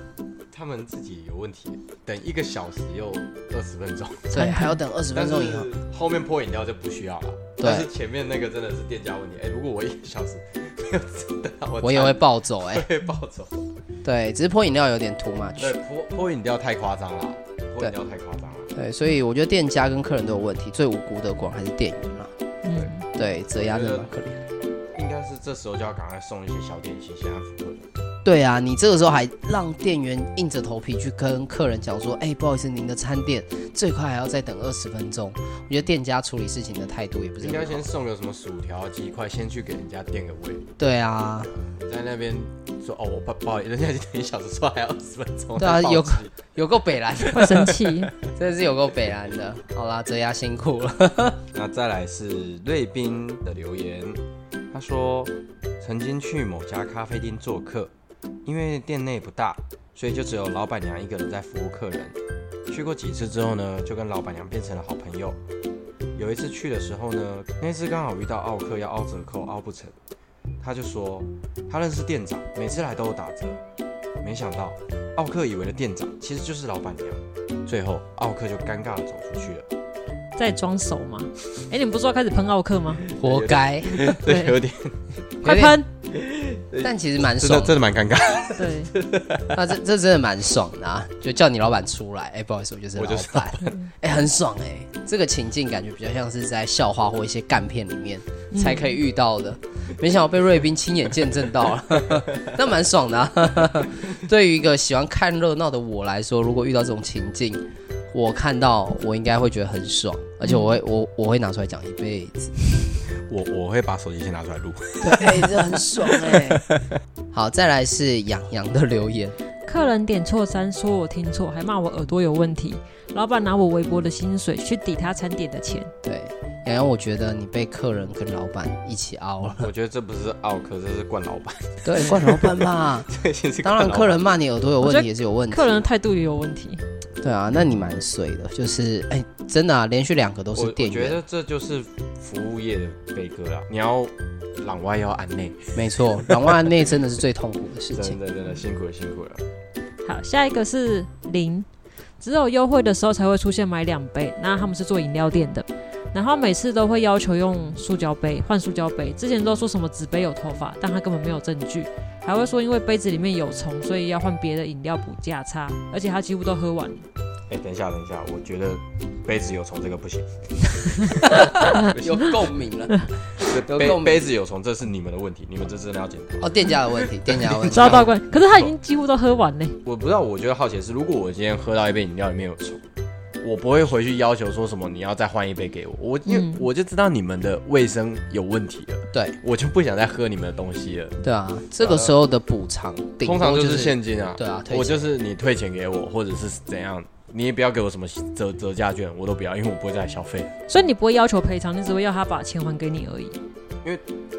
S7: 他们自己有问题，等一个小时又二十分钟，
S4: 对，还要等二十
S7: 但
S4: 分
S7: 是
S4: 钟以后。
S7: 后面泼饮料就不需要了。
S4: 对
S7: 但是前面那个真的是店家问题。哎、如果我一个小时 没有吃等到我
S4: 我也会
S7: 餐
S4: 暴走哎、
S7: 被抱走。
S4: 对，只是泼饮料有点 too much，
S7: 对，泼泼饮料太夸张了，泼饮料太夸张了。
S4: 对，所以我觉得店家跟客人都有问题，最无辜的果然还是店员啦。
S2: 嗯，
S4: 对，泽鸭真的蛮可怜。
S7: 应该是这时候就要赶快送一些小点心先安抚客人。
S4: 对啊，你这个时候还让店员硬着头皮去跟客人讲说，哎、不好意思，您的餐点最快还要再等二十分钟。我觉得店家处理事情的态度也不是
S7: 应该
S4: 很
S7: 先
S4: 好。
S7: 送个什么薯条、鸡块，先去给人家垫个位。
S4: 对啊，
S7: 你在那边说哦，我不不好意思，人家已经等一小时，说还要二十分钟。
S4: 对啊
S7: 暴击
S4: 有有够北 蓝，
S2: 会 生气。
S4: 真的是有够北蓝的。好啦，泽鸭辛苦了。
S7: 那再来是瑞斌的留言，他说曾经去某家咖啡厅做客，因为店内不大，所以就只有老板娘一个人在服务客人。去过几次之后呢，就跟老板娘变成了好朋友。有一次去的时候呢，那次刚好遇到奥克要凹折扣，凹不成，他就说他认识店长，每次来都有打折。没想到奥克以为的店长其实就是老板娘，最后奥克就尴尬的走出去了。
S2: 在装熟 吗？哎、你们不是说要开始喷奥克吗？
S4: 活该，
S7: 对，有点，
S2: 快 喷！
S4: 但其实蛮
S7: 真的
S4: 爽
S7: 真的蛮尴尬。
S2: 对，
S4: 那这这真的蛮爽的、啊，就叫你老板出来，哎、不好意思，我就是
S7: 我
S4: 老
S7: 就是
S4: 板， 哎、很爽哎、这个情境感觉比较像是在校花或一些干片里面才可以遇到的，没想到被瑞斌亲眼见证到了， 那蛮爽的、啊。 对于一个喜欢看热闹的我来说，如果遇到这种情境，我看到我应该会觉得很爽，而且我会我我会拿出来讲一辈子。
S7: 我我会把手机先拿出来录。
S4: 对，这很爽哎、 好，再来是养羊的留言，
S2: 客人点错餐，说我听错，还骂我耳朵有问题。老板拿我微薄的薪水去抵他餐点的钱，
S4: 对，洋洋，我觉得你被客人跟老板一起凹 了。
S7: 我觉得这不是奥克，这是惯老板。
S4: 对，怪老板 吧。
S7: 这先是
S4: 当
S7: 惯
S4: 然，
S7: 老
S4: 客
S7: 板
S4: 人骂你耳朵有
S2: 我
S4: 问
S2: 觉得
S4: 题也是有
S7: 嗯
S4: 问题。
S2: 客人的态度也有问题。
S4: 对啊，那你蛮水的，就是哎，真的啊，连续两个都
S7: 我
S4: 是店
S7: 我觉
S4: 员，
S7: 得这就是服务业的悲歌啦。啊你要攘外要安内，
S4: 没错，两万内真的是最痛苦的事
S7: 真
S4: 情。
S7: 的真的辛苦了辛苦了。
S2: 好，下一个是零，只有优惠的时候才会出现买两杯。那他们是做饮料店的，然后每次都会要求用塑胶杯换塑胶杯。之前都说什么纸杯有头发，但他根本没有证据，还会说因为杯子里面有虫，所以要换别的饮料补价差。而且他几乎都喝 完了，
S7: 哎、等一下等一下，我觉得杯子有虫这个不行，
S4: 有共鸣了，有
S7: 杯
S4: 共鸣
S7: 杯子有虫这是你们的问题，你们这真的要检讨。
S4: 哦，店家的问题，店家的问题。
S2: 抓到关。可是他已经几乎都喝完嘞。
S7: 我不知道，我觉得好奇的是，如果我今天喝到一杯饮料里面有虫，我不会回去要求说什么你要再换一杯给我，我因为
S2: 嗯
S7: 我就知道你们的卫生有问题了，
S4: 对
S7: 我就不想再喝你们的东西了。
S4: 对啊，这个时候的补偿，顶
S7: 呃通常
S4: 多
S7: 就
S4: 就是
S7: 现金啊，
S4: 对啊退
S7: 我
S4: 钱
S7: 就是你退钱给我，或者是怎样，你也不要给我什么折折价券，我都不要，因为我不会再来消费。
S2: 所以你不会要求赔偿，你只会要他把钱还给你而已。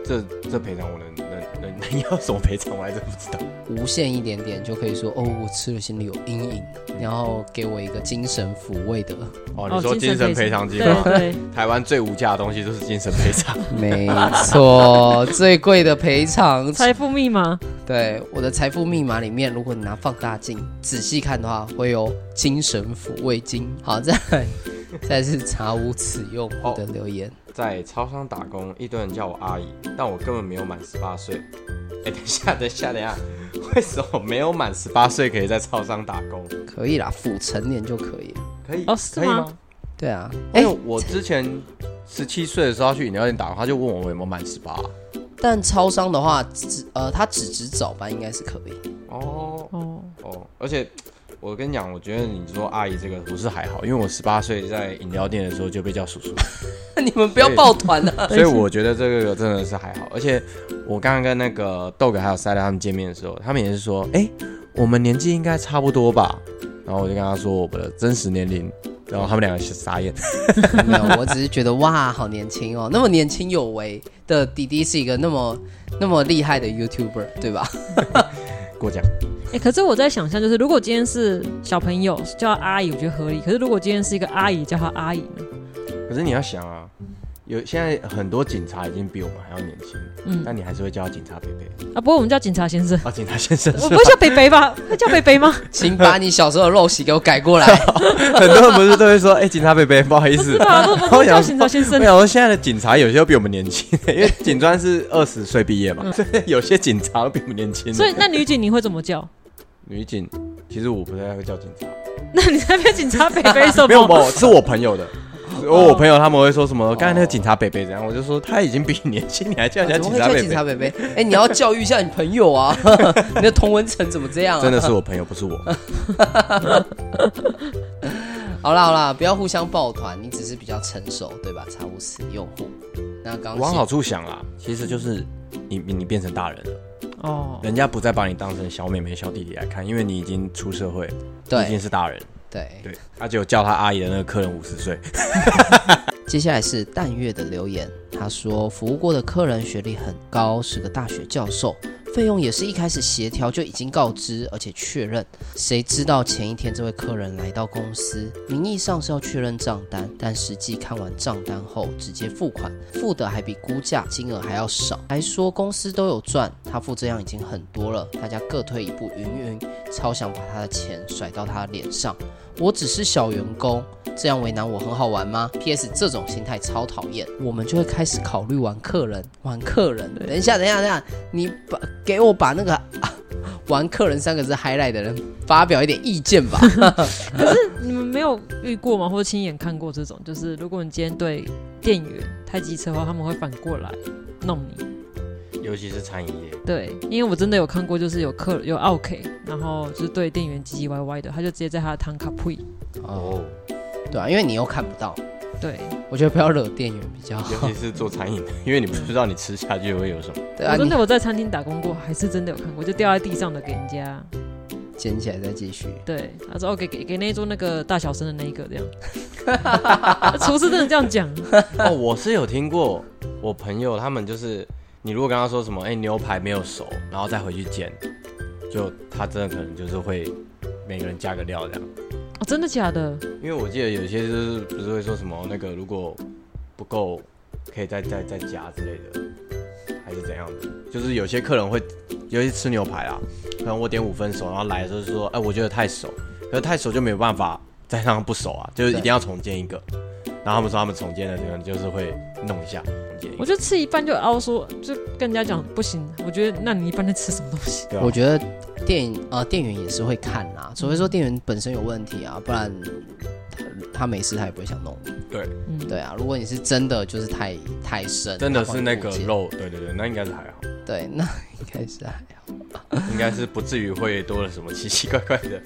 S7: 这这赔偿我能能能 能要什么赔偿，我还真不知道。
S4: 无限一点点就可以说哦，我吃了心里有阴影，然后给我一个精神抚慰的，
S7: 哦，你说精神赔偿金
S2: 对啊
S7: 吗？
S2: 对，
S7: 台湾最无价的东西就是精神赔偿。
S4: 没错，最贵的赔 偿
S2: 财富密码。
S4: 对，我的财富密码里面，如果你拿放大镜仔细看的话，会有精神抚慰金。好，再 来，再来是查无此用的留言。
S7: 在超商打工，一堆人叫我阿姨，但我根本没有满十八岁。哎，等一下，等一下，等一下，为什么没有满十八岁可以在超商打工？
S4: 可以啦，辅成年就可以了。
S7: 可以
S2: 哦是
S7: 可以
S2: 吗
S7: 吗？
S4: 对啊，哎、
S7: 因为我之前十七岁的时候要去饮料店打工，他就问我有没有满十八。啊
S4: 但超商的话，只呃，它只值早班应该是可以。
S7: 哦
S2: 哦，
S7: 哦，而且我跟你讲，我觉得你说阿姨这个不是还好，因为我十八岁在饮料店的时候就被叫叔 叔，
S4: 你们不要抱团啊了。
S7: 所以我觉得这个真的是还好。而且我刚刚跟那个豆哥还有塞拉他们见面的时候，他们也是说，哎、我们年纪应该差不多吧。然后我就跟他说我的真实年龄，然后他们两个是 傻眼。
S4: 没有，我只是觉得哇，好年轻哦，那么年轻有为的弟弟是一个那么那么厉害的 YouTuber，对吧？
S7: 过奖，
S2: 哎、可是我在想象，就是如果今天是小朋友叫他阿姨，我觉得合理。可是如果今天是一个阿姨叫她阿姨呢？
S7: 可是你要想啊，有现在很多警察已经比我们还要年轻，
S2: 嗯
S7: 但你还是会叫他警察伯伯
S2: 啊，不过我们叫警察先生，
S7: 啊，警察先生
S2: 我
S7: 是
S2: 不
S7: 吧
S2: 会叫北北吧？会叫北北 吗？
S4: 请把你小时候的陋习给我改过来。
S7: 很多人不是都会说，哎、警察伯伯，不好意思，
S2: 啊，不不
S7: 我
S2: 不叫
S7: 想
S2: 警察先生
S7: 没。有，现在的警察有些都比我们年轻，因为警专是二十岁毕业嘛，所以有些警察都比我们年轻。
S2: 所以那女警你会怎么叫？
S7: 女警，其实我不太会叫警察，
S2: 那你在被警察北北 什么？
S7: 没有没有，是我朋友的。我我朋友他们会说什么？刚才那个警察北北怎样？我就说他已经比你年轻， 你还叫人家
S4: 啊怎么
S7: 警
S4: 会
S7: 察
S4: 叫
S7: 北
S4: 警察
S7: 北？
S4: 北北？哎、你要教育一下你朋友啊！ 你的同文层怎么这样、啊？
S7: 真的是我朋友，不是我。
S4: 好啦好啦，不要互相抱团，你只是比较成熟，对吧？查无此用户。那刚
S7: 往好处想啦，其实就是你你你变成大人了，
S2: 哦，
S7: 人家不再把你当成小妹妹、小弟弟来看，因为你已经出社会，你已经
S4: 对
S7: 是大人。
S4: 对，
S7: 对，他就叫他阿姨的那个客人五十岁，
S4: 接下来是淡月的留言，他说服务过的客人学历很高，是个大学教授，费用也是一开始协调就已经告知，而且确认。谁知道前一天这位客人来到公司，名义上是要确认账单，但实际看完账单后直接付款，付的还比估价金额还要少，还说公司都有赚，他付这样已经很多了，大家各退一步，云云。超想把他的钱甩到他脸上，我只是小员工，这样为难我很好玩吗？P.S. 这种心态超讨厌，我们就会开始考虑玩客人，玩客人。等一下，等一下，等一下，你把给我把那个、 啊玩客人三个字 highlight 的人发表一点意见 吧。
S2: 你们没有遇过吗？或者亲眼看过这种？就是如果你今天对店员太机车的话，他们会反过来弄你。
S7: 尤其是餐饮业，
S2: 对，因为我真的有看过，就是有客有 OK，然后就是对店员唧唧歪歪的，他就直接在他的汤卡呸。
S4: 哦，对啊，因为你又看不到，
S2: 对，
S4: 我觉得不要惹店员比较
S7: 尤
S4: 好
S7: 其。是做餐饮的，因为你不知道你吃下去会有什么。
S4: 对啊，
S2: 我真
S4: 你
S2: 的我在餐厅打工过，还是真的有看过，就掉在地上的给人家。
S4: 捡起来再继续。
S2: 对，他说哦，给给给那一桌那个大小声的那一个这样。 厨师真的这样讲，
S7: 哦，我是有听过，我朋友他们就是，你如果跟他说什么，哎、牛排没有熟，然后再回去煎，就他真的可能就是会每个人加个料这样。
S2: 哦，真的假的？
S7: 因为我记得有些就是不是会说什么那个如果不够，可以再再再加之类的，还是怎样的？就是有些客人会，尤其是吃牛排啦，啊可能我点五分熟，然后来的时候就说，哎、我觉得太熟，可是太熟就没有办法再让它不熟啊，就是一定要重煎一个。然后他们说他们重煎的这个就是会弄一下，重煎一
S2: 我
S7: 个。
S2: 就吃一半就凹说，就跟人家讲不行。我觉得那你一般在吃什么东西？
S7: 对啊
S4: 我觉得电影呃店员也是会看啦，除非说店员本身有问题啊，不然他他没事他也不会想弄你。
S2: 嗯，
S4: 对啊，如果你是真的就是太太深，
S7: 真的
S4: 他帮
S7: 是
S4: 你
S7: 那
S4: 误
S7: 个
S4: 解，
S7: 肉，对对对，那应该是还好，
S4: 对，那 应该是还啊好。
S7: 应该是不至于会多了什么奇奇怪怪的。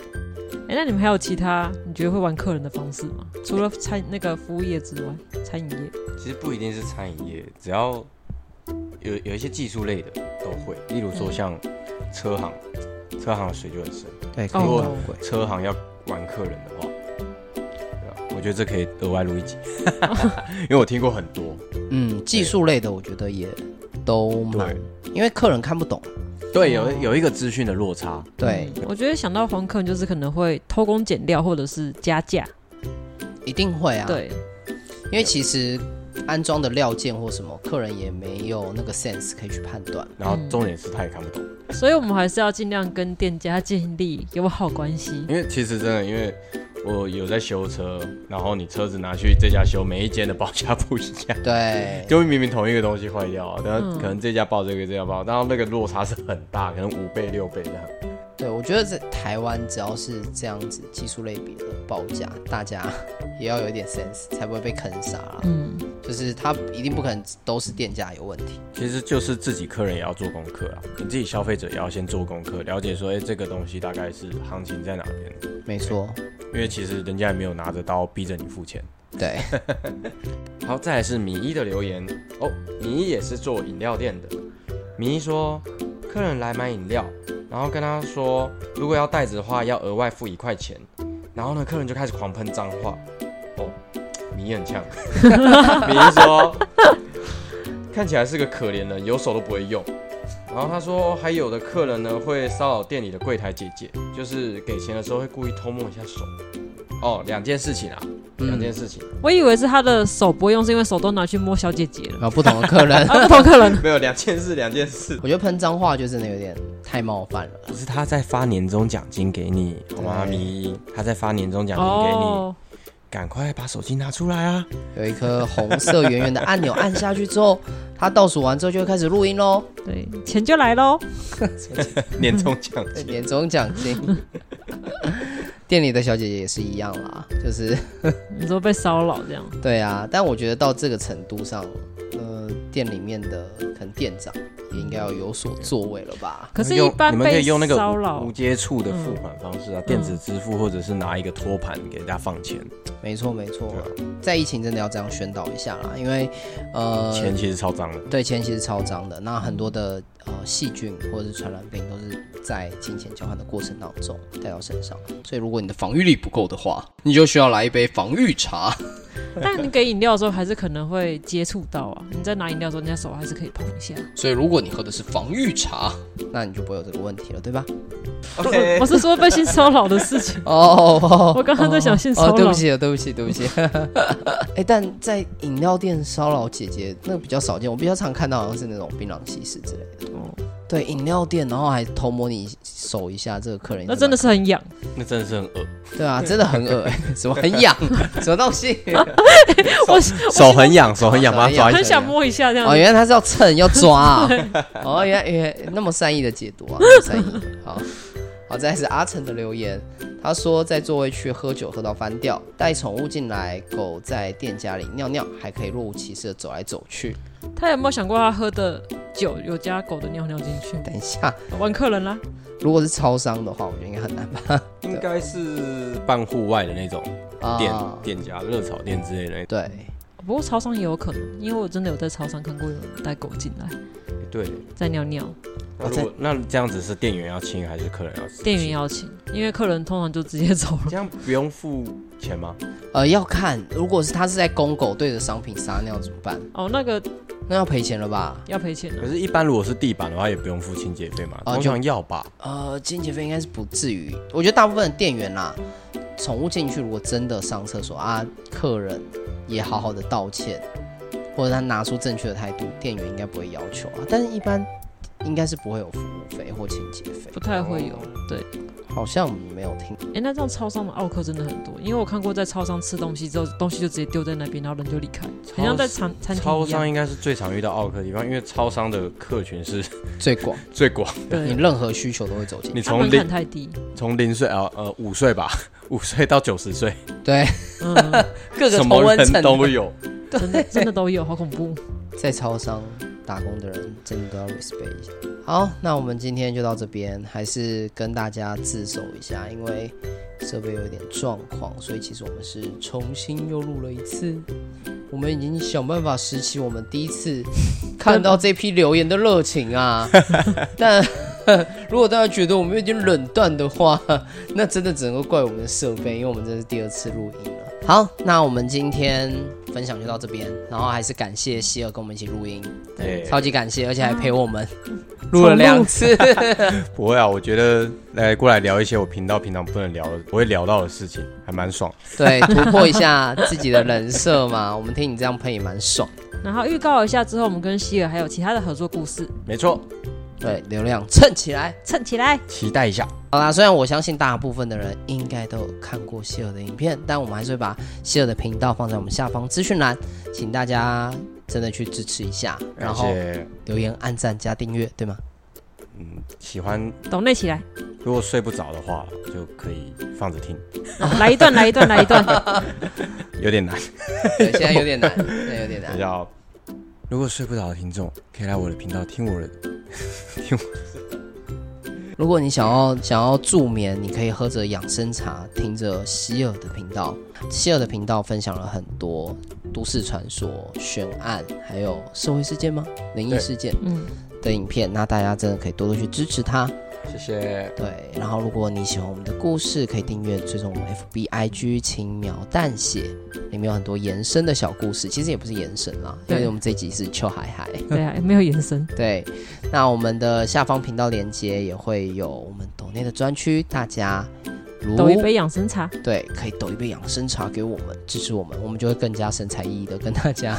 S2: 哎、那你们还有其他你觉得会玩客人的方式吗？除了餐那个服务业之外，餐饮业
S7: 其实不一定是餐饮业，只要有有一些技术类的都会，例如说像车行，车行的水就很深，
S4: 对，
S2: 哦
S7: 如果
S2: 哦
S7: 车行要玩客人的话，对啊，我觉得这可以额外录一集， 因为我听过很多，
S4: 嗯，技术类的我觉得也都蛮，因为客人看不懂。
S7: 对，有有一个资讯的落差，
S4: 对，
S2: 嗯我觉得想到黄客人就是可能会偷工减料或者是加价，
S4: 一定会啊。，
S2: 对，
S4: 因为其实安装的料件或什么，客人也没有那个 sense 可以去判断。
S7: 然后重点是他也看不懂，
S2: 所以我们还是要尽量跟店家建立友好关系。
S7: 因为其实真的因为。我有在修车，然后你车子拿去这家修，每一间的报价不一样，
S4: 对，
S7: 就明明同一个东西坏掉啊，但
S2: 嗯
S7: 可能这家报这个，这家报，然后那个落差是很大，可能五倍六倍这样。
S4: 对，我觉得在台湾只要是这样子技术类别的报价，大家也要有一点 sense，才不会被坑杀啦。
S2: 嗯，
S4: 就是他一定不可能都是店家有问题。
S7: 其实就是自己客人也要做功课啊，你自己消费者也要先做功课，了解说，哎、这个东西大概是行情在哪边，
S4: 没错，
S7: 因为其实人家也没有拿着刀逼着你付钱。
S4: 对，
S7: 好，再来是米一的留言哦，米一也是做饮料店的。米一说，客人来买饮料，然后跟他说，如果要袋子的话，要额外付一块钱。然后呢，客人就开始狂喷脏话。哦，米一很呛。米一说，看起来是个可怜人，有手都不会用。然后他说，还有的客人呢会骚扰店里的柜台姐姐，就是给钱的时候会故意偷摸一下手。哦，两件事情啊，两件事情。
S2: 我以为是他的手不用，是因为手都拿去摸小姐姐 了。
S4: 然后不同的客 人，
S2: 啊，不同客人，
S7: 没有两件事，两件事。
S4: 我觉得喷脏话就真的有点太冒犯了。
S7: 不是他在发年终奖金给你，好吗，
S4: 对
S7: 咪？他在发年终奖金给你，
S2: 哦，
S7: 赶快把手机拿出来啊！
S4: 有一颗红色圆圆的按钮，按下去之后，他倒数完之后就会开始录音喽。
S2: 对，钱就来喽。
S7: 年终奖
S4: 对
S7: 金，
S4: 年终奖金， 店里的小姐姐也是一样啦，就是
S2: 你说被骚扰这样，
S4: 对啊，但我觉得到这个程度上，呃，店里面的可能店长也应该要有所作为了吧？
S2: 可是，一
S7: 用
S2: 般
S7: 你们可
S2: 被
S7: 以用那
S2: 骚
S7: 个无
S2: 扰
S7: 无，接触的付款方式啊，电子支付或者是拿一个托盘给人家放钱，
S4: 没错，没错
S7: 对，
S4: 在疫情真的要这样宣导一下啦，因为呃，
S7: 钱其实超脏的。
S4: 对钱其实超脏的，那很多的呃细菌或者是传染病都是在金钱交换的过程当中带到身上，所以如果你的防御力不够的话，你就需要来一杯防御茶。
S2: 但你给饮料的时候，还是可能会接触到啊。你在拿饮料的时候，人家手还是可以碰一 下。
S10: 所以如果你喝的是防御茶，
S4: 那你就不会有这个问题了，对吧？。
S7: OK，
S2: 我是说被性骚扰的事情
S4: 哦，哦
S2: 我刚刚在想性骚
S4: 哦，
S2: 扰
S4: 对不起，对不起，对不起。 哎，但在饮料店骚扰姐姐那个比较少见，我比较常看到好像是那种槟榔西施之类的。
S2: 哦
S4: 对，饮料店，然后还偷摸你手一下，这个客人
S2: 那真的
S4: 是
S2: 是很痒，
S7: 那真的是很恶，
S4: 对啊，真的很恶欸什么很 痒，什么东西？
S2: 我
S7: 手很痒，手很痒，
S4: 手
S7: 把它
S4: 很痒
S7: 抓一下
S2: 很。想摸一下这样
S4: 哦，
S2: 子。
S4: 原来他是要蹭要 抓、啊，哦，原来原来那么善意的解读啊，那么善意。好，好，再来是阿成的留言，他说在座位区喝酒喝到翻掉，带宠物进来，狗在店家里尿尿，还可以若无其事的走来走去。
S2: 他有没有想过他喝的酒有加狗的尿尿进去？
S4: 等一下，
S2: 玩客人啊啦，
S4: 如果是超商的话，我觉得应该很难吧？
S7: 应该是半户外的那种
S4: 啊
S7: 店店家，热炒店之类的那种。
S4: 对，
S2: 不过超商也有可能，因为我真的有在超商看过有人带狗进来
S7: 对，
S2: 再尿尿，
S7: 那如果那这样子是店员要亲还是客人要亲？
S2: 店员要请，因为客人通常就直接走了。
S7: 这样不用付钱吗？
S4: 呃，要看，如果是他是在公狗对着商品撒尿怎么办？
S2: 哦，那个
S4: 那要赔钱了吧？
S2: 要赔钱
S7: 可
S2: 的，
S7: 是，一般如果是地板的话，也不用付清洁费嘛，
S4: 啊
S7: 通常要吧。
S4: 呃，清洁费应该是不至于，我觉得大部分的店员啦，宠物进去如果真的上厕所啊，客人也好好的道歉，或者他拿出正确的态度，店员应该不会要求啊。但是一般应该是不会有服务费或清洁费，
S2: 不太会有。
S7: 哦
S2: 对，
S4: 好像没有听。
S2: 哎、那这样超商的奥客真的很多，因为我看过在超商吃东西之后，东西就直接丢在那边，然后人就离开，很像在餐餐厅
S7: 超
S2: 一
S7: 商
S2: 样。
S7: 应该是最常遇到奥客的地方，因为超商的客群是
S4: 最广，
S7: 最广，
S4: 你
S2: 对，
S4: 任何需求都会走进去。
S7: 啊你
S2: 它
S7: 从
S2: 门槛
S7: 零
S2: 太低，
S7: 从零岁啊呃五岁吧， 五岁到九十岁，
S4: 对，
S2: 嗯，
S4: 各个
S7: 什
S4: 同
S7: 么
S4: 温
S7: 人
S4: 层
S7: 都有。
S2: 真的真的都有，好恐怖。
S4: 在超商打工的人真的都要 respect 一下。好，那我们今天就到这边，还是跟大家自首一下，因为设备有点状况，所以其实我们是重新又录了一次。我们已经想办法拾起我们第一次看到这批留言的热情啊！但如果大家觉得我们有点冷淡的话，那真的只能够怪我们的设备，因为我们这是第二次录音了。好，那我们今天分享就到这边，然后还是感谢希尔跟我们一起录音，
S7: 对
S4: 超级感谢，而且还陪我们录了两次。
S7: 不会啊，我觉得来过来聊一些我频道平常不能聊的，不会聊到的事情，还蛮爽。
S4: 对，突破一下自己的人设嘛。 我们听你这样喷也蛮爽。
S2: 然后预告一下之后，我们跟希尔还有其他的合作故事，
S7: 没错，
S4: 对，流量蹭起来。
S2: 蹭起来。
S7: 期待一下。
S4: 好啦，虽然我相信大部分的人应该都有看过希尔的影片，但我们还是会把希尔的频道放在我们下方资讯栏，请大家真的去支持一下，然
S7: 而
S4: 后
S7: 且，
S4: 留言、按赞、加订阅，对吗？
S7: 嗯，喜欢
S2: 懂内起来，
S7: 如果睡不着的话，就可以放着听，
S2: 哦来一段，来一段，来一 段。
S7: 有点难。
S4: 对，现在有点难，现在有点
S7: 大
S4: 难。
S7: 家好，如果睡不着的听众，可以来我的频道听我的。
S4: 如果你想要想要助眠，你可以喝着养生茶，听着希尔的频道。希尔的频道分享了很多都市传说、悬案，还有社会事件吗？灵异
S7: 对
S4: 事件
S2: 嗯，
S4: 的影片，那大家真的可以多多去支持他。
S7: 谢谢，
S4: 对，然后如果你喜欢我们的故事，可以订阅追踪我们 FB IG 轻描淡写，里面有很多延伸的小故事，其实也不是延伸啦，因为
S2: 对
S4: 我们这集是秋海海。
S2: 对啊，没有延伸。
S4: 对，那我们的下方频道连接也会有我们抖内的专区，大家如
S2: 抖一杯养生茶，
S4: 对，可以抖一杯养生茶给我们支持我们，我们就会更加神采奕奕的跟大家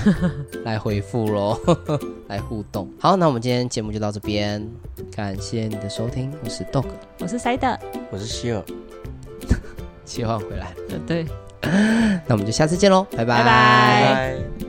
S4: 来回复喽， 来互动。好，那我们今天节目就到这边，感谢你的收听，我是 Dog，
S2: 我是塞的。
S7: 我是希尔。
S4: 切换回来，
S2: 呃对。
S4: 那我们就下次见喽，拜
S2: 拜拜
S7: 拜。